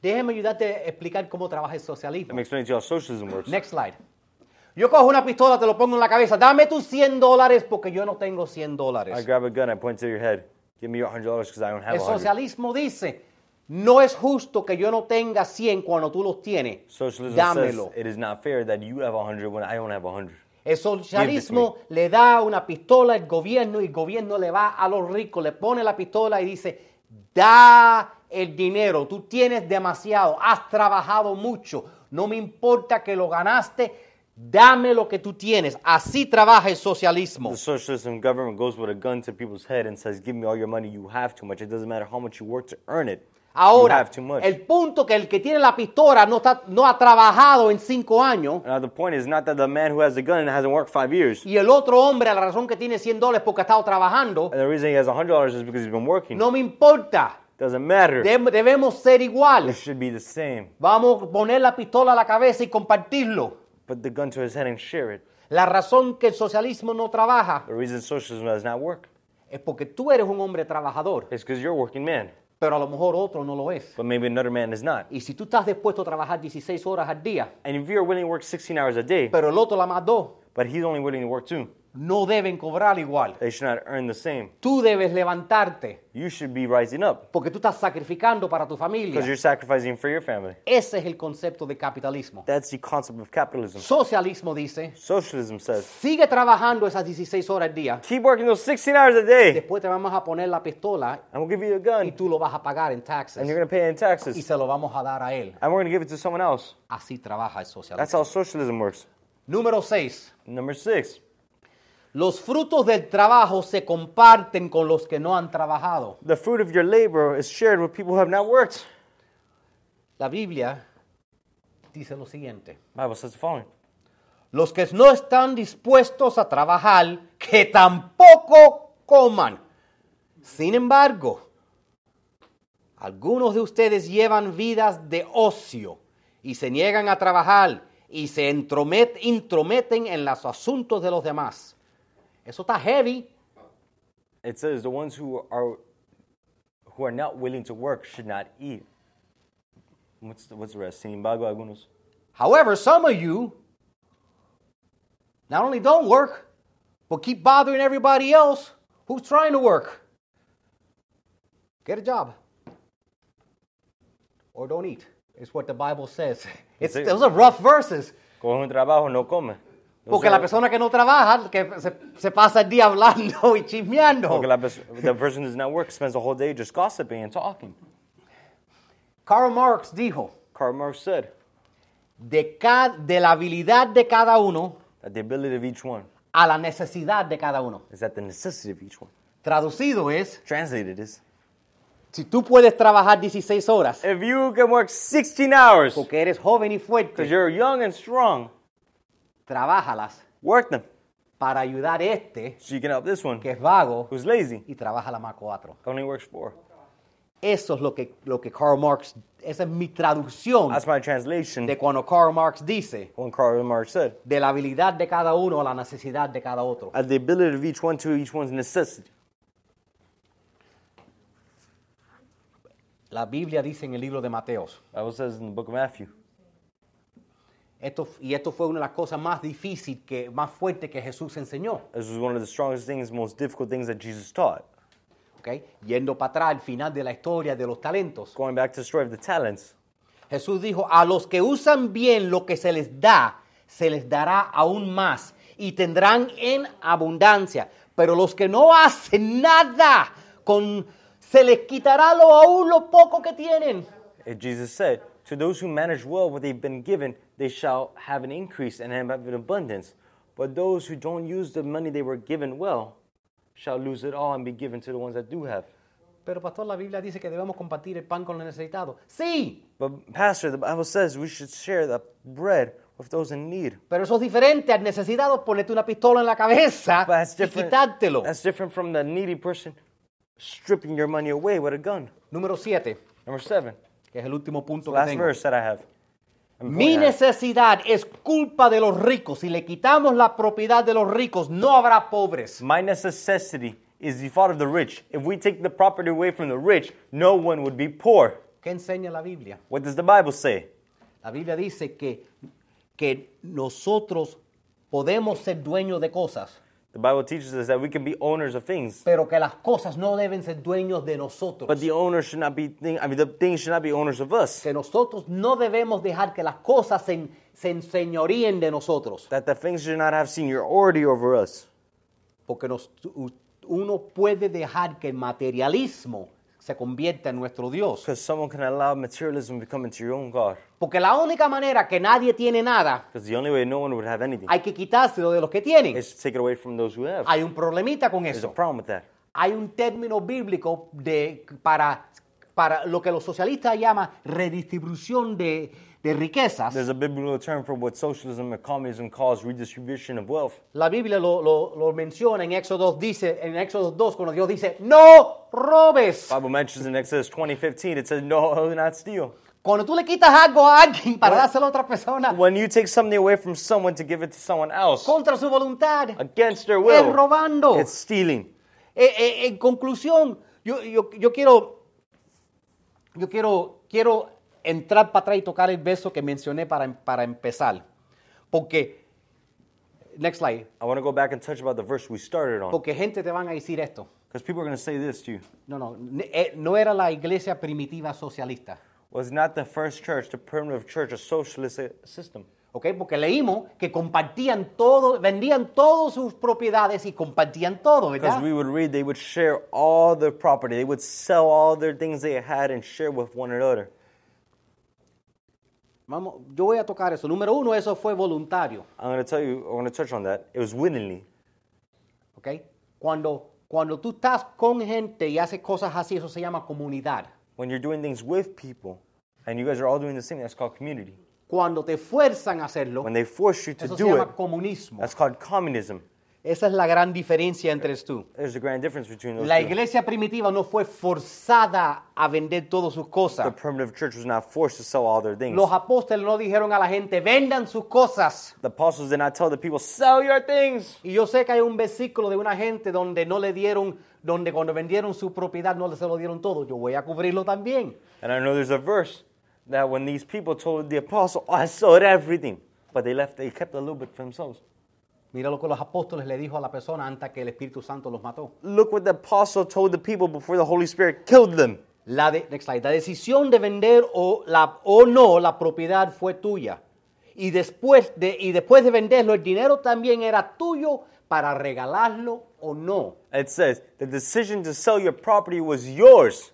Speaker 1: Déjeme ayudarte a explicar cómo trabaja el
Speaker 2: Let
Speaker 1: socialismo.
Speaker 2: me explain to you how socialism works.
Speaker 1: Next slide. Yo cojo una pistola, te lo pongo en la cabeza. Dame tus 100 dólares porque yo no tengo 100 dólares.
Speaker 2: I grab a gun, I point to your head. Give me your $100 because I don't have
Speaker 1: El
Speaker 2: 100.
Speaker 1: socialismo dice, no es justo que yo no tenga 100 cuando tú los tienes.
Speaker 2: Socialism
Speaker 1: Dámelo.
Speaker 2: says it is not fair that you have 100 when I don't have 100.
Speaker 1: El socialismo le da una pistola al gobierno y el gobierno le va a los ricos, le pone la pistola y dice, da el dinero, tú tienes demasiado, has trabajado mucho, no me importa que lo ganaste, Dame lo que tú tienes. Así trabaja el socialismo.
Speaker 2: The socialism government goes with a gun to people's head and says, "Give me all your money. You have too much. It doesn't matter how much you work to earn it. you
Speaker 1: Ahora,
Speaker 2: have too much."
Speaker 1: el punto que el que tiene la pistola no, está- no ha trabajado en cinco años
Speaker 2: Now the point is not that the man who has the gun hasn't worked five years,
Speaker 1: y el otro hombre, la razón que tiene 100 dólares porque ha estado trabajando,
Speaker 2: and the reason he has hundred dollars is because he's been working.
Speaker 1: no me importa.
Speaker 2: Doesn't matter.
Speaker 1: De- debemos ser
Speaker 2: It
Speaker 1: iguales.
Speaker 2: should be the same.
Speaker 1: Vamos a poner la pistola a la cabeza y compartirlo.
Speaker 2: Put the gun to his head and share it.
Speaker 1: La razón que el socialismo no trabaja
Speaker 2: The reason socialism does not work
Speaker 1: es porque tú eres un hombre trabajador,
Speaker 2: is because you're a working man,
Speaker 1: pero a lo mejor otro no lo es.
Speaker 2: but maybe another man is not.
Speaker 1: Y si tú estás dispuesto a trabajar 16 horas al día,
Speaker 2: And if you're willing to work 16 hours a day,
Speaker 1: pero el otro la más dos,
Speaker 2: but he's only willing to work two,
Speaker 1: no deben cobrar igual.
Speaker 2: they should not earn the same.
Speaker 1: Tú debes levantarte
Speaker 2: You should be rising up
Speaker 1: porque tú estás sacrificando para tu
Speaker 2: because
Speaker 1: familia.
Speaker 2: you're sacrificing for your family.
Speaker 1: Ese es el concepto de capitalismo.
Speaker 2: That's the concept of capitalism.
Speaker 1: Socialismo dice,
Speaker 2: Socialism says
Speaker 1: sigue trabajando esas 16 horas al día,
Speaker 2: keep working those 16 hours a day,
Speaker 1: después te vamos a poner la pistola
Speaker 2: and we'll give you a
Speaker 1: y
Speaker 2: gun,
Speaker 1: tú lo vas a pagar en
Speaker 2: and
Speaker 1: taxes
Speaker 2: you're going to pay in
Speaker 1: y
Speaker 2: taxes,
Speaker 1: se lo vamos a dar a él.
Speaker 2: and we're going to give it to someone else.
Speaker 1: Así trabaja el socialismo.
Speaker 2: That's how socialism works.
Speaker 1: Número 6.
Speaker 2: Number six,
Speaker 1: Los frutos del trabajo se comparten con los que no han trabajado.
Speaker 2: the fruit of your labor is shared with people who have not worked.
Speaker 1: La Biblia dice lo siguiente.
Speaker 2: Bible says the following.
Speaker 1: Los que no están dispuestos a trabajar, que tampoco coman. Sin embargo, algunos de ustedes llevan vidas de ocio y se niegan a trabajar y se entromet- intrometen en los asuntos de los demás. Eso está heavy.
Speaker 2: It says the ones who are who are not willing to work should not eat. What's the, what's the rest? Sin embargo, algunos.
Speaker 1: However, some of you not only don't work, but keep bothering everybody else who's trying to work. Get a job. Or don't eat. It's what the Bible says. It's,
Speaker 2: Sí.
Speaker 1: those are rough verses.
Speaker 2: Coge un trabajo, no come. Those
Speaker 1: Porque la
Speaker 2: are-
Speaker 1: persona que no trabaja, que se, se pasa el día hablando y chismeando.
Speaker 2: Porque la pers- the person who does not work spends the whole day just gossiping and talking.
Speaker 1: Karl Marx dijo,
Speaker 2: Karl Marx said
Speaker 1: de, ca- de la habilidad de cada uno
Speaker 2: that the ability of each one
Speaker 1: a la necesidad de cada uno.
Speaker 2: is at the necessity of each one.
Speaker 1: Traducido es,
Speaker 2: Translated is
Speaker 1: Si tú puedes trabajar 16 horas
Speaker 2: if you can work 16 hours because
Speaker 1: porque eres joven y fuerte,
Speaker 2: you're young and strong,
Speaker 1: trabájalas
Speaker 2: work them
Speaker 1: para ayudar a este
Speaker 2: so you can help this one
Speaker 1: que es vago
Speaker 2: who's lazy
Speaker 1: y trabaja la más cuatro.
Speaker 2: only works four.
Speaker 1: Eso es lo que, lo que Karl Marx, esa es mi traducción
Speaker 2: That's my translation.
Speaker 1: de cuando Karl Marx dice
Speaker 2: When Karl Marx said.
Speaker 1: de la habilidad de cada uno a la necesidad de cada otro.
Speaker 2: at the ability of each one to each one's necessity.
Speaker 1: La Biblia dice en el libro de Mateos,
Speaker 2: Bible says in the book of Matthew.
Speaker 1: esto, y esto fue una de las cosas más difíciles, que, más fuertes que Jesús enseñó.
Speaker 2: This was one of the strongest things, most difficult things that Jesus taught.
Speaker 1: ¿ok? Yendo para atrás al final de la historia de los talentos.
Speaker 2: Going back to the story of the talents,
Speaker 1: Jesús dijo, a los que usan bien lo que se les da, se les dará aún más y tendrán en abundancia. Pero los que no hacen nada, con, se les quitará lo aún lo poco que tienen.
Speaker 2: eh, Jesus said, To those who manage well what they've been given, they shall have an increase and have an abundance. But those who don't use the money they were given well shall lose it all and be given to the ones that do have.
Speaker 1: Pero pastor, la Biblia dice que debemos compartir el pan con los necesitados. Sí,
Speaker 2: But, Pastor, the Bible says we should share the bread with those in need.
Speaker 1: pero eso es diferente. Al necesitado ponerte una pistola en la cabeza
Speaker 2: But that's
Speaker 1: y
Speaker 2: different.
Speaker 1: quitártelo.
Speaker 2: That's different from the needy person stripping your money away with a gun.
Speaker 1: Número 7,
Speaker 2: Number seven,
Speaker 1: que es el último punto que
Speaker 2: last
Speaker 1: tengo.
Speaker 2: verse that I have. I'm
Speaker 1: Mi
Speaker 2: going at.
Speaker 1: necesidad es culpa de los ricos. Si le quitamos la propiedad de los ricos, no habrá pobres.
Speaker 2: My necessity is the fault of the rich. If we take the property away from the rich, no one would be poor.
Speaker 1: ¿Qué enseña la Biblia?
Speaker 2: What does the Bible say?
Speaker 1: La Biblia dice que, que nosotros podemos ser dueños de cosas,
Speaker 2: The Bible teaches us that we can be owners of things,
Speaker 1: pero que las cosas no deben ser dueños de
Speaker 2: but
Speaker 1: nosotros.
Speaker 2: the owners should not be. Thing, I mean, the things should not be owners of us.
Speaker 1: Que nosotros no debemos dejar que las cosas se, en- se enseñoríen de nosotros,
Speaker 2: That the things should not have seniority over us,
Speaker 1: porque nos- u- uno puede dejar que el materialismo se convierta en nuestro Dios.
Speaker 2: Because someone can allow materialism to become into your own God.
Speaker 1: Porque la única manera que nadie tiene nada,
Speaker 2: Because the only way no one would have anything
Speaker 1: hay que quitárselo de los que tienen.
Speaker 2: is to take it away from those who have.
Speaker 1: Hay un problemita con
Speaker 2: There's a
Speaker 1: eso.
Speaker 2: problem with that.
Speaker 1: Hay un término bíblico de, para, para lo que los socialistas llaman redistribución de, de riquezas.
Speaker 2: There's a biblical term for what socialism and communism calls redistribution of wealth.
Speaker 1: La Biblia lo, lo- lo menciona en Éxodo 2, dice, en Éxodo 2, cuando Dios dice, no robes.
Speaker 2: Bible mentions in Exodus 20:15, it says, "No, do not steal."
Speaker 1: Cuando tú le quitas algo a alguien para
Speaker 2: Bueno.
Speaker 1: dárselo a otra persona
Speaker 2: When you take something away from someone to give it to someone else
Speaker 1: contra su voluntad,
Speaker 2: against their
Speaker 1: es
Speaker 2: will,
Speaker 1: robando.
Speaker 2: it's stealing.
Speaker 1: Eh, eh, en conclusión, yo, yo- yo quiero, yo quiero, quiero entrar para atrás y tocar el verso que mencioné para, para empezar. Porque, next slide,
Speaker 2: I want to go back and touch about the verse we started on
Speaker 1: porque gente te van a decir esto.
Speaker 2: because people are going to say this to you.
Speaker 1: No, no, ne- eh, no era la iglesia primitiva socialista.
Speaker 2: Was not the first church, the primitive church, a socialist uh, system?
Speaker 1: ¿ok? Porque leímos que compartían todo, vendían todas sus propiedades y compartían todo,
Speaker 2: Because
Speaker 1: ¿verdad?
Speaker 2: we would read, they would share all their property. They would sell all their things they had and share with one another.
Speaker 1: Vamos, yo voy a tocar eso. Número uno, eso fue voluntario,
Speaker 2: I'm going to tell you, I want to touch on that. It was willingly.
Speaker 1: ¿ok? Cuando, cuando tú estás con gente y haces cosas así, eso se llama comunidad.
Speaker 2: When you're doing things with people and you guys are all doing the same, that's called community.
Speaker 1: Cuando te fuerzan a hacerlo,
Speaker 2: When they force you to
Speaker 1: eso se
Speaker 2: do it,
Speaker 1: llama comunismo.
Speaker 2: that's called communism.
Speaker 1: Esa es la gran diferencia entre tú.
Speaker 2: There's a grand difference between those
Speaker 1: La
Speaker 2: two.
Speaker 1: iglesia primitiva no fue forzada a vender todas sus
Speaker 2: The
Speaker 1: cosas.
Speaker 2: primitive church was not forced to sell all their things.
Speaker 1: Los apóstoles no dijeron a la gente, vendan sus cosas.
Speaker 2: The apostles did not tell the people, sell your things.
Speaker 1: Y yo sé que hay un versículo de una gente donde no le dieron, donde cuando vendieron su propiedad no se lo dieron todo. Yo voy a cubrirlo también.
Speaker 2: And I know there's a verse that when these people told the apostle, I sold everything, but they left, they kept a little bit for themselves.
Speaker 1: Mira lo que los apóstoles le dijo a la persona antes que el Espíritu Santo los mató.
Speaker 2: Look what the apostle told the people before the Holy Spirit killed them.
Speaker 1: La, de- next slide. La decisión de vender o, la, o no la propiedad fue tuya. Y después, de, y después de venderlo, el dinero también era tuyo para regalarlo o no.
Speaker 2: It says, the decision to sell your property was yours,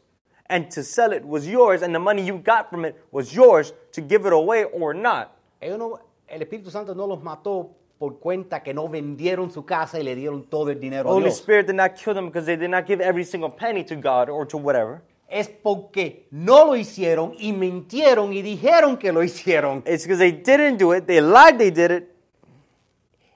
Speaker 2: and to sell it was yours, and the money you got from it was yours to give it away or not.
Speaker 1: Ellos no- el Espíritu Santo no los mató por cuenta que no vendieron su casa y le dieron todo el dinero a
Speaker 2: Holy
Speaker 1: Dios.
Speaker 2: Spirit did not kill them because they did not give every single penny to God or to whatever.
Speaker 1: es porque no lo hicieron y mintieron y dijeron que lo hicieron.
Speaker 2: It's because they didn't do it. They lied they did it.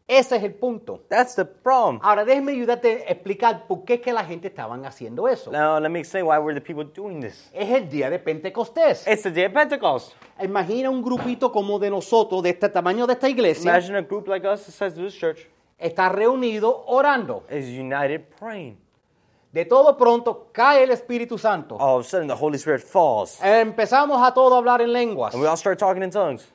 Speaker 1: Ese es el punto.
Speaker 2: That's the problem.
Speaker 1: Ahora déjeme ayudarte a explicar por qué es que la gente estaban haciendo eso.
Speaker 2: Now, let me explain why were the people doing this.
Speaker 1: Es el día de Pentecostés.
Speaker 2: It's the day of Pentecost.
Speaker 1: Imagina un grupito como de nosotros, de este tamaño de esta iglesia,
Speaker 2: Imagine a group like us, the size of this church,
Speaker 1: está reunido orando.
Speaker 2: is united praying.
Speaker 1: De todo pronto cae el Espíritu Santo.
Speaker 2: All of a sudden, the Holy Spirit falls.
Speaker 1: Empezamos a todo hablar en lenguas.
Speaker 2: And we all start talking in tongues.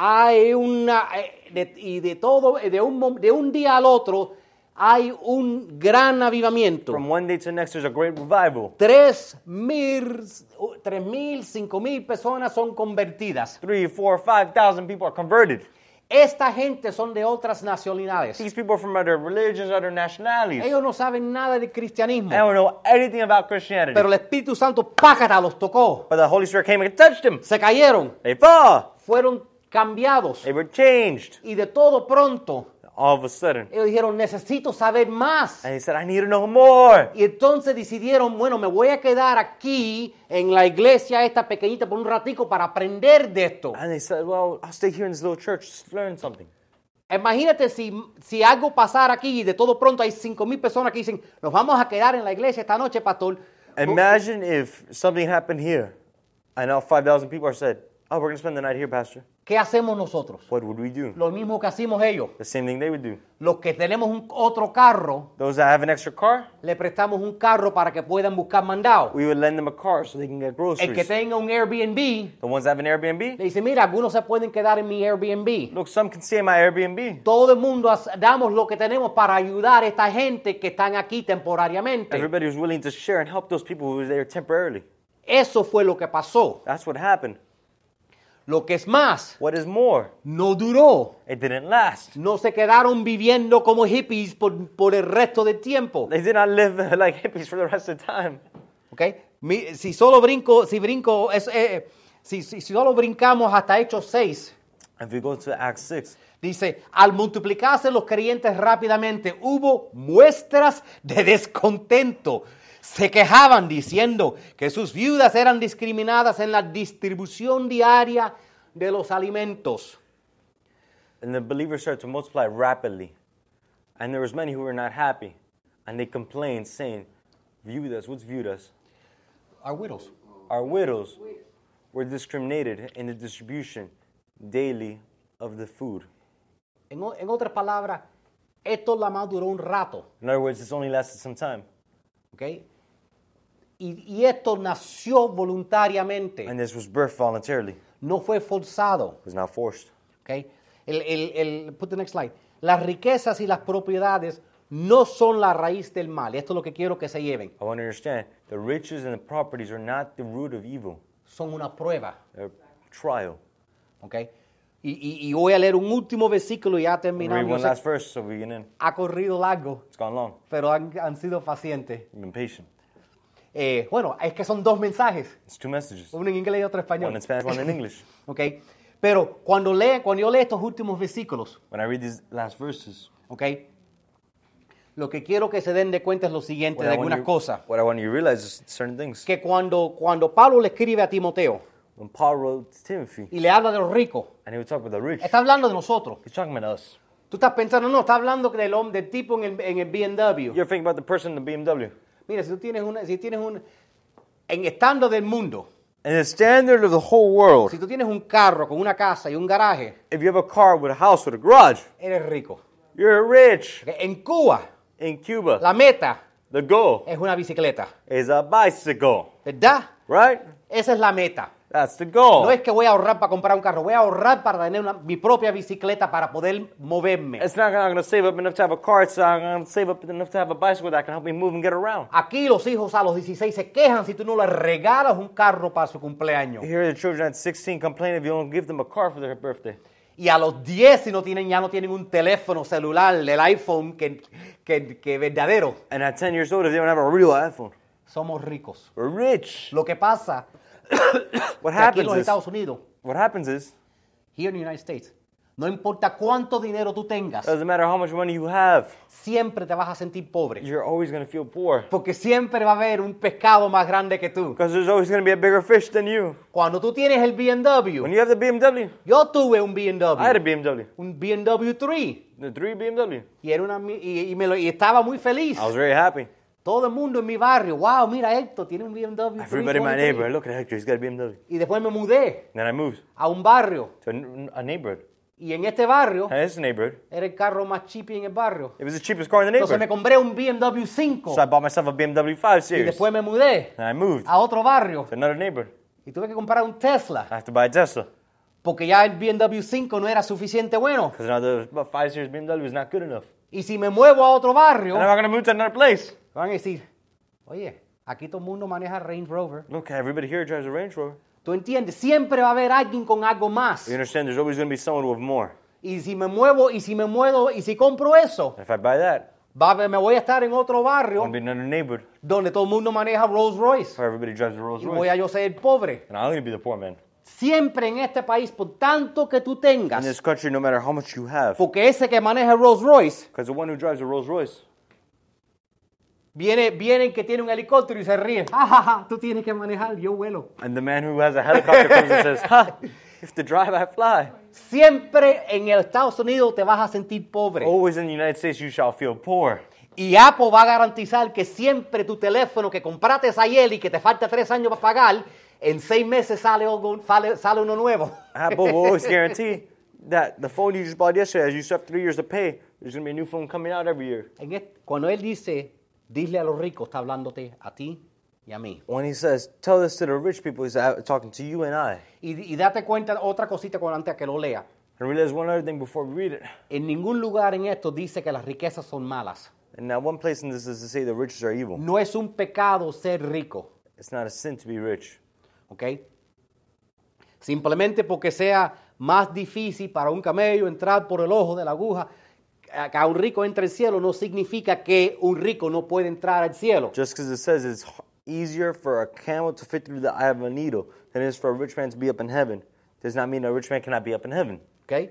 Speaker 1: Hay una eh, de- y de todo eh, de un mom- de un día al otro hay un gran avivamiento.
Speaker 2: From one day to the next, there's a great revival.
Speaker 1: Tres mil, tres mil, cinco mil personas son convertidas.
Speaker 2: Three, four, five thousand people are converted.
Speaker 1: Esta gente son de otras nacionalidades.
Speaker 2: These people are from other religions, other nationalities. They
Speaker 1: Ellos no saben nada de cristianismo,
Speaker 2: don't know anything about Christianity.
Speaker 1: pero el Espíritu Santo pácata los tocó.
Speaker 2: But the Holy Spirit came and touched them.
Speaker 1: Se cayeron,
Speaker 2: They fall.
Speaker 1: fueron cambiados
Speaker 2: They were changed.
Speaker 1: y de todo pronto
Speaker 2: All of a sudden.
Speaker 1: ellos dijeron necesito saber más.
Speaker 2: And he said, I need to know more.
Speaker 1: Y entonces decidieron, bueno, me voy a quedar aquí en la iglesia esta pequeñita por un ratico para aprender de esto.
Speaker 2: And they said, Well, I'll stay here in this little church, just learn something.
Speaker 1: Imagínate si, si algo pasara aquí y de todo pronto hay cinco mil personas que dicen, nos vamos a quedar en la iglesia esta noche, pastor.
Speaker 2: Imagine if something happened here and now 5,000 people are said, Oh, we're going to spend the night here, Pastor.
Speaker 1: ¿Qué hacemos nosotros?
Speaker 2: What would we do?
Speaker 1: Lo mismo que hacemos ellos.
Speaker 2: The same thing they would do.
Speaker 1: Los que tenemos un, otro carro,
Speaker 2: Those that have an extra car,
Speaker 1: le prestamos un carro para que puedan buscar mandado.
Speaker 2: we would lend them a car so they can get
Speaker 1: El que
Speaker 2: groceries.
Speaker 1: tenga un Airbnb,
Speaker 2: The ones that have an Airbnb,
Speaker 1: le dice, mira, algunos se pueden quedar en mi Airbnb.
Speaker 2: look, some can stay in my Airbnb.
Speaker 1: Todo el mundo hace- damos lo que tenemos para ayudar a esta gente que están aquí temporariamente.
Speaker 2: Everybody was willing to share and help those people who were there temporarily.
Speaker 1: Eso fue lo que pasó.
Speaker 2: That's what happened.
Speaker 1: Lo que es más,
Speaker 2: What is more?
Speaker 1: no duró.
Speaker 2: It didn't last.
Speaker 1: No se quedaron viviendo como hippies por, por el resto del tiempo.
Speaker 2: They did not live like hippies for the rest of the time.
Speaker 1: ¿ok? Mi- si solo brinco, si brinco, es- eh, si, si- si solo brincamos hasta Hechos 6,
Speaker 2: If we go to Acts 6,
Speaker 1: dice, al multiplicarse los creyentes rápidamente, hubo muestras de descontento. Se quejaban diciendo que sus viudas eran discriminadas en la distribución diaria de los alimentos.
Speaker 2: and the believers started to multiply rapidly. And there was many who were not happy, and they complained, saying, "Viewed us, what's viewed us?
Speaker 1: Our widows.
Speaker 2: Our widows were discriminated in the distribution daily of the food."
Speaker 1: En, o- en otras palabras, esto la más duró un rato.
Speaker 2: In other words, this only lasted some time,
Speaker 1: ¿ok? Y, y esto nació voluntariamente,
Speaker 2: and this was birthed voluntarily. It
Speaker 1: no fue forzado.
Speaker 2: was not forced.
Speaker 1: ¿ok? El, el- el- put the next slide. Las riquezas y las propiedades no son la raíz del mal. Esto es lo que quiero que se lleven.
Speaker 2: I want to understand the riches and the properties are not the root of evil.
Speaker 1: Son una prueba.
Speaker 2: They're a trial.
Speaker 1: ¿ok? Y, y- y voy a leer un último versículo y ya
Speaker 2: I'm gonna
Speaker 1: terminamos.
Speaker 2: read
Speaker 1: Yo
Speaker 2: one
Speaker 1: sé-
Speaker 2: last verse so we can end.
Speaker 1: ha corrido largo,
Speaker 2: It's gone long.
Speaker 1: pero han, han sido pacientes.
Speaker 2: You've been patient.
Speaker 1: Eh, bueno, es que son dos mensajes,
Speaker 2: It's two messages.
Speaker 1: uno en inglés y otro en español.
Speaker 2: One in Spanish, one in English.
Speaker 1: ¿ok? Pero cuando, lee, cuando yo leo estos últimos versículos,
Speaker 2: When I read these last verses,
Speaker 1: ¿ok? Lo que quiero que se den de cuenta es lo siguiente,
Speaker 2: what
Speaker 1: de
Speaker 2: I, want
Speaker 1: algunas
Speaker 2: you,
Speaker 1: cosas.
Speaker 2: what I want you to realize is certain things.
Speaker 1: Que cuando, cuando Pablo le escribe a Timoteo
Speaker 2: When Paul wrote to Timothy,
Speaker 1: y le habla de los ricos,
Speaker 2: and he would talk about the rich,
Speaker 1: está hablando de nosotros.
Speaker 2: he's talking about us.
Speaker 1: Tú estás pensando, no, está hablando del hombre, del tipo en el, en el BMW.
Speaker 2: You're thinking about the person in the BMW.
Speaker 1: Mira, si tú tienes una, si tienes un, en estando del mundo,
Speaker 2: And the standard of the whole world,
Speaker 1: si tú tienes un carro con una casa y un garaje,
Speaker 2: if you have a car with a house with a garage,
Speaker 1: eres rico.
Speaker 2: you're rich.
Speaker 1: ¿Ok? En Cuba,
Speaker 2: In Cuba,
Speaker 1: la meta
Speaker 2: the goal
Speaker 1: es una bicicleta,
Speaker 2: is a bicycle,
Speaker 1: ¿verdad?
Speaker 2: right?
Speaker 1: Esa es la meta.
Speaker 2: That's the goal.
Speaker 1: No es que voy a ahorrar para comprar un carro, voy a ahorrar para tener una- mi propia bicicleta para poder moverme.
Speaker 2: It's not going to save up enough to have a car. It's not going to save up enough to have a bicycle that can help me move and get around.
Speaker 1: Aquí los hijos a los 16 se quejan si tú no les regalas un carro para su cumpleaños.
Speaker 2: Here are the children at 16 complaining if you don't give them a car for their birthday.
Speaker 1: Y a los 10 si no tienen, ya no tienen un teléfono celular, el iPhone que, que, que verdadero.
Speaker 2: And at 10 years old, if they don't have a real iPhone,
Speaker 1: Somos ricos.
Speaker 2: we're rich.
Speaker 1: Lo que pasa
Speaker 2: What
Speaker 1: que aquí en
Speaker 2: happens
Speaker 1: los
Speaker 2: is,
Speaker 1: Estados Unidos,
Speaker 2: what happens is,
Speaker 1: here in the United States, no importa cuánto dinero tú tengas,
Speaker 2: doesn't matter how much money you have,
Speaker 1: siempre te vas a sentir pobre.
Speaker 2: you're always going to feel poor.
Speaker 1: Porque siempre va a haber un pescado más grande que tú.
Speaker 2: Because there's always going to be a bigger fish than you.
Speaker 1: Cuando tú tienes el BMW,
Speaker 2: When you have the BMW,
Speaker 1: Yo tuve un
Speaker 2: I had a
Speaker 1: BMW,
Speaker 2: BMW,
Speaker 1: un BMW 3,
Speaker 2: the 3 BMW.
Speaker 1: y, era una, mi- y, y me lo- y estaba muy feliz.
Speaker 2: I was very happy.
Speaker 1: Todo el mundo en mi barrio, wow, mira Héctor, tiene un BMW 3.
Speaker 2: Everybody in my
Speaker 1: 43".
Speaker 2: neighborhood, look at Hector, he's got a BMW.
Speaker 1: Y después me mudé
Speaker 2: Then I moved
Speaker 1: a un barrio,
Speaker 2: to a, a neighborhood.
Speaker 1: y en este barrio
Speaker 2: And this neighborhood,
Speaker 1: era el carro más cheap en el barrio.
Speaker 2: it was the cheapest car in the
Speaker 1: Entonces
Speaker 2: neighborhood.
Speaker 1: me compré un BMW 5,
Speaker 2: So I bought myself a BMW 5
Speaker 1: y
Speaker 2: Series.
Speaker 1: después me mudé
Speaker 2: And I moved
Speaker 1: a otro barrio,
Speaker 2: to another neighborhood.
Speaker 1: y tuve que comprar un Tesla,
Speaker 2: I have to buy a Tesla.
Speaker 1: porque ya el BMW 5 no era suficiente bueno.
Speaker 2: Because another about 5 Series BMW is not good enough.
Speaker 1: Y si me muevo a otro barrio,
Speaker 2: And I'm not going to move to another place.
Speaker 1: van a decir, oye, aquí todo el mundo maneja Range Rover.
Speaker 2: Look, everybody here drives a Range Rover.
Speaker 1: ¿Tú entiendes? Siempre va a haber alguien con algo más.
Speaker 2: You understand there's always going to be someone with more.
Speaker 1: Y si me muevo, y si me muevo, y si compro eso,
Speaker 2: And if I buy that,
Speaker 1: va a haber- me voy a estar en otro
Speaker 2: I'm
Speaker 1: barrio
Speaker 2: going to be in another neighborhood
Speaker 1: donde todo el mundo maneja Rolls Royce.
Speaker 2: where everybody drives a Rolls
Speaker 1: Y voy
Speaker 2: Royce.
Speaker 1: a yo ser pobre.
Speaker 2: And I'm going to be the poor man.
Speaker 1: Siempre en este país, por tanto que tú
Speaker 2: In
Speaker 1: tengas,
Speaker 2: this country, no matter how much you have,
Speaker 1: porque ese que maneja Rolls Royce,
Speaker 2: because the one who drives a Rolls Royce,
Speaker 1: viene, viene el que tiene un helicóptero y se ríe. Ja, ja, ja, tú tienes que manejar, yo vuelo.
Speaker 2: and the man who has a helicopter comes and says, Ha! If to drive, I fly.
Speaker 1: Siempre en el Estados Unidos te vas a sentir pobre.
Speaker 2: Always in the United States, you shall feel poor.
Speaker 1: Y Apple va a garantizar que siempre tu teléfono que compraste ayer y que te falta tres años para pagar, en seis meses sale, algo- sale, sale uno nuevo.
Speaker 2: Apple will always guarantee that the phone you just bought yesterday, as you still have three years to pay, there's going to be a new phone coming out every year.
Speaker 1: En este- cuando él dice, dile a los ricos, está hablándote a ti y a mí.
Speaker 2: When he says, Tell this to the rich people, he's out- talking to you and I.
Speaker 1: Y, y date cuenta otra cosita cuando antes que lo lea.
Speaker 2: And realize one other thing before we read it.
Speaker 1: En ningún lugar en esto dice que las riquezas son malas.
Speaker 2: And now, one place in this is to say the riches are evil.
Speaker 1: No es un pecado ser rico,
Speaker 2: It's not a sin to be rich.
Speaker 1: ¿ok? Simplemente porque sea más difícil para un camello entrar por el ojo de la aguja, a- que a un rico entre el cielo no significa que un rico no puede entrar al cielo.
Speaker 2: Just because it says it's h- easier for a camel to fit through the eye of a needle than it is for a rich man to be up in heaven. Does not mean a rich man cannot be up in heaven.
Speaker 1: ¿Ok?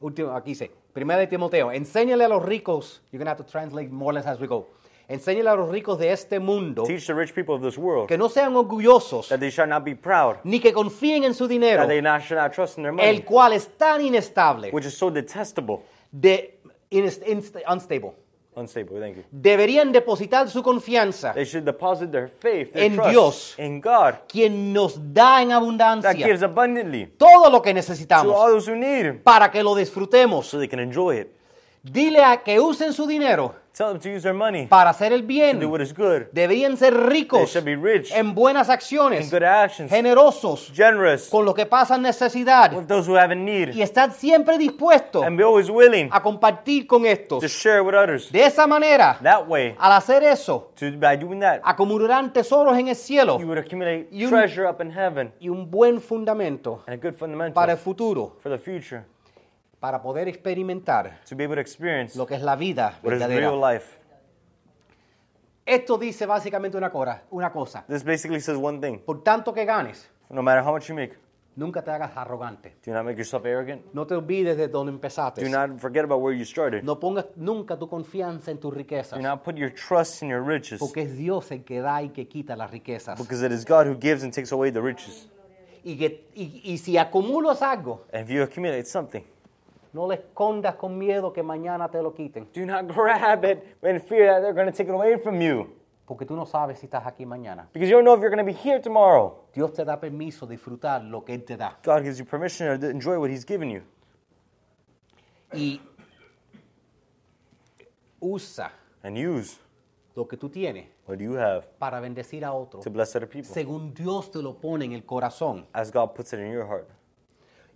Speaker 1: Último, aquí dice, primera de Timoteo, enséñale a los ricos, you're going to have to translate more or less as we go, enséñale a los ricos de este mundo
Speaker 2: Teach the rich people of this world
Speaker 1: que no sean orgullosos
Speaker 2: that they shall not be proud,
Speaker 1: ni que confíen en su dinero,
Speaker 2: that they not, should not trust in their money,
Speaker 1: el cual es tan inestable,
Speaker 2: which is so detestable.
Speaker 1: de, inest- inst- unstable.
Speaker 2: Unstable, thank you.
Speaker 1: Deberían depositar su confianza,
Speaker 2: They should deposit their faith, their
Speaker 1: En
Speaker 2: trust
Speaker 1: Dios.
Speaker 2: in God
Speaker 1: quien nos da en
Speaker 2: that gives
Speaker 1: abundancia
Speaker 2: abundantly
Speaker 1: todo lo que
Speaker 2: to all
Speaker 1: necesitamos
Speaker 2: those who need Him
Speaker 1: para que lo disfrutemos.
Speaker 2: so they can enjoy it.
Speaker 1: Dile a que usen su dinero
Speaker 2: Tell them to use their money,
Speaker 1: para hacer el bien.
Speaker 2: do what is good,
Speaker 1: Deberían ser
Speaker 2: they
Speaker 1: ricos
Speaker 2: should be rich
Speaker 1: en buenas
Speaker 2: in
Speaker 1: acciones,
Speaker 2: good actions,
Speaker 1: generosos
Speaker 2: generous
Speaker 1: con lo que pasan necesidad
Speaker 2: with those who have a
Speaker 1: y
Speaker 2: need,
Speaker 1: estar siempre dispuesto
Speaker 2: and be always willing
Speaker 1: a compartir con
Speaker 2: to
Speaker 1: estos.
Speaker 2: share with others.
Speaker 1: De esa manera,
Speaker 2: That way,
Speaker 1: al hacer eso,
Speaker 2: to, by doing that,
Speaker 1: acumularán tesoros en el cielo
Speaker 2: you would accumulate
Speaker 1: You-
Speaker 2: treasure up in heaven
Speaker 1: y un buen fundamento
Speaker 2: and a good
Speaker 1: para
Speaker 2: fundamental
Speaker 1: el futuro,
Speaker 2: for the future
Speaker 1: para poder experimentar
Speaker 2: to be able to experience
Speaker 1: lo que es la vida
Speaker 2: what is
Speaker 1: verdadera.
Speaker 2: real life.
Speaker 1: Esto dice básicamente una cosa, una cosa.
Speaker 2: This basically says one thing
Speaker 1: Por tanto que ganes,
Speaker 2: no matter how much you make,
Speaker 1: nunca te hagas arrogante.
Speaker 2: do not make yourself arrogant.
Speaker 1: No te olvides de donde empezaste.
Speaker 2: Do not forget about where you started.
Speaker 1: No pongas nunca tu confianza en tus riquezas.
Speaker 2: Do not put your trust in your riches
Speaker 1: Porque es Dios el que da y que quita las riquezas.
Speaker 2: because it is God who gives and takes away the riches.
Speaker 1: Y, que- y- y si acumulas algo,
Speaker 2: And if you accumulate something,
Speaker 1: no le escondas con miedo que mañana te lo quiten.
Speaker 2: do not grab it in fear that they're going to take it away from you
Speaker 1: Porque tú no sabes si estás aquí mañana.
Speaker 2: because you don't know if you're going to be here tomorrow.
Speaker 1: Dios te da permiso de disfrutar lo que Él te da.
Speaker 2: God gives you permission to enjoy what He's given you.
Speaker 1: Y usa
Speaker 2: And use
Speaker 1: lo que tú tienes
Speaker 2: what you have
Speaker 1: para bendecir a otros.
Speaker 2: to bless other people
Speaker 1: Según Dios te lo pone en el corazón.
Speaker 2: as God puts it in your heart.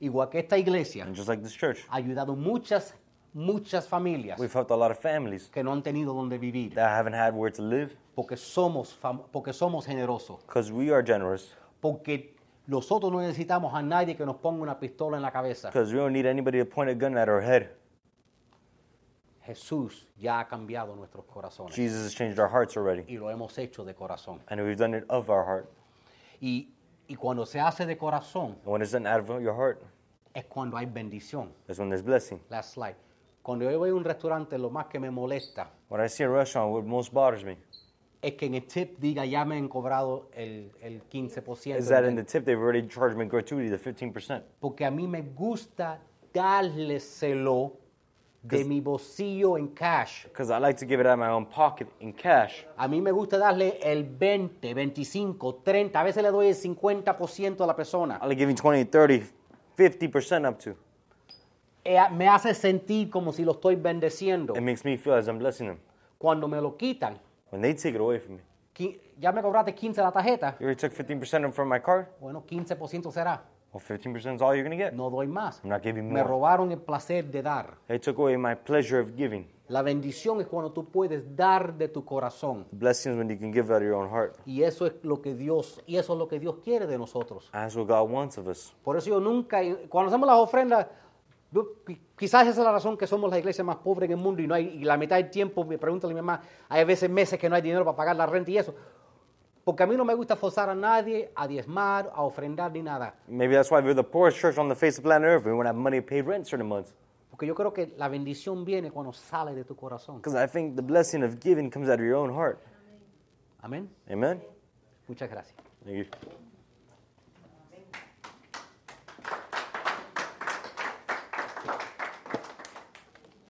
Speaker 1: Igual que esta iglesia
Speaker 2: And just like this church,
Speaker 1: ha ayudado muchas, muchas familias
Speaker 2: we've helped a lot of families
Speaker 1: que no han tenido donde vivir.
Speaker 2: that haven't had where to live
Speaker 1: Porque somos, fam- porque somos generosos.
Speaker 2: because we are generous,
Speaker 1: porque nosotros no necesitamos a nadie que nos ponga una pistola en la cabeza.
Speaker 2: because we don't need anybody to point a gun at our head.
Speaker 1: Jesús ya ha cambiado nuestros corazones
Speaker 2: Jesus has changed our hearts already,
Speaker 1: y lo hemos hecho de corazón.
Speaker 2: and we've done it of our heart.
Speaker 1: Y, y cuando se hace de corazón
Speaker 2: And when it's done out of your heart,
Speaker 1: es cuando hay bendición.
Speaker 2: that's when there's blessing.
Speaker 1: Last slide. Cuando yo voy a un restaurante, lo más que me molesta
Speaker 2: When I see a restaurant, what most bothers me
Speaker 1: es que en el tip diga ya me han cobrado el, el 15%.
Speaker 2: is that in the tip, they've already charged me gratuity, the 15%.
Speaker 1: Porque a mí me gusta dárleselo de mi bolsillo en cash.
Speaker 2: Because I like to give it out of my own pocket in cash.
Speaker 1: A mí me gusta darle el 20, 25, 30, a veces le doy el 50% a la persona.
Speaker 2: I like giving 20, 30, 50% up to.
Speaker 1: Eh, Me hace sentir como si lo estoy bendeciendo.
Speaker 2: It makes me feel as I'm blessing them.
Speaker 1: Cuando me lo quitan,
Speaker 2: When they take it away from me,
Speaker 1: qui- ya me cobraste 15 la tarjeta,
Speaker 2: you already took 15% from my card?
Speaker 1: bueno, 15% será.
Speaker 2: Well, 15% is all you're going to get.
Speaker 1: No doy más.
Speaker 2: I'm not giving
Speaker 1: Me
Speaker 2: more.
Speaker 1: robaron el placer de dar.
Speaker 2: They took away my pleasure of giving.
Speaker 1: La bendición es cuando tú puedes dar de tu corazón.
Speaker 2: The blessings when you can give out of your own heart.
Speaker 1: Y eso es lo que Dios, y eso es lo que Dios quiere de nosotros.
Speaker 2: That's what God wants of us.
Speaker 1: Por eso yo nunca, cuando hacemos las ofrendas, yo- qui- quizás esa es la razón que somos la iglesia más pobre en el mundo y no hay, y la mitad del tiempo, me pregunta mi mamá, hay veces meses que no hay dinero para pagar la renta y eso. Porque a mí no me gusta forzar a nadie a diezmar, a ofrendar ni nada.
Speaker 2: Maybe that's why we're the poorest church on the face of planet Earth. We won't have money to pay rent certain months.
Speaker 1: Porque yo creo que la bendición viene cuando sale de tu corazón.
Speaker 2: Because I think the blessing of giving comes out of your own heart.
Speaker 1: Amén.
Speaker 2: Amen?
Speaker 1: Muchas gracias.
Speaker 2: Thank you.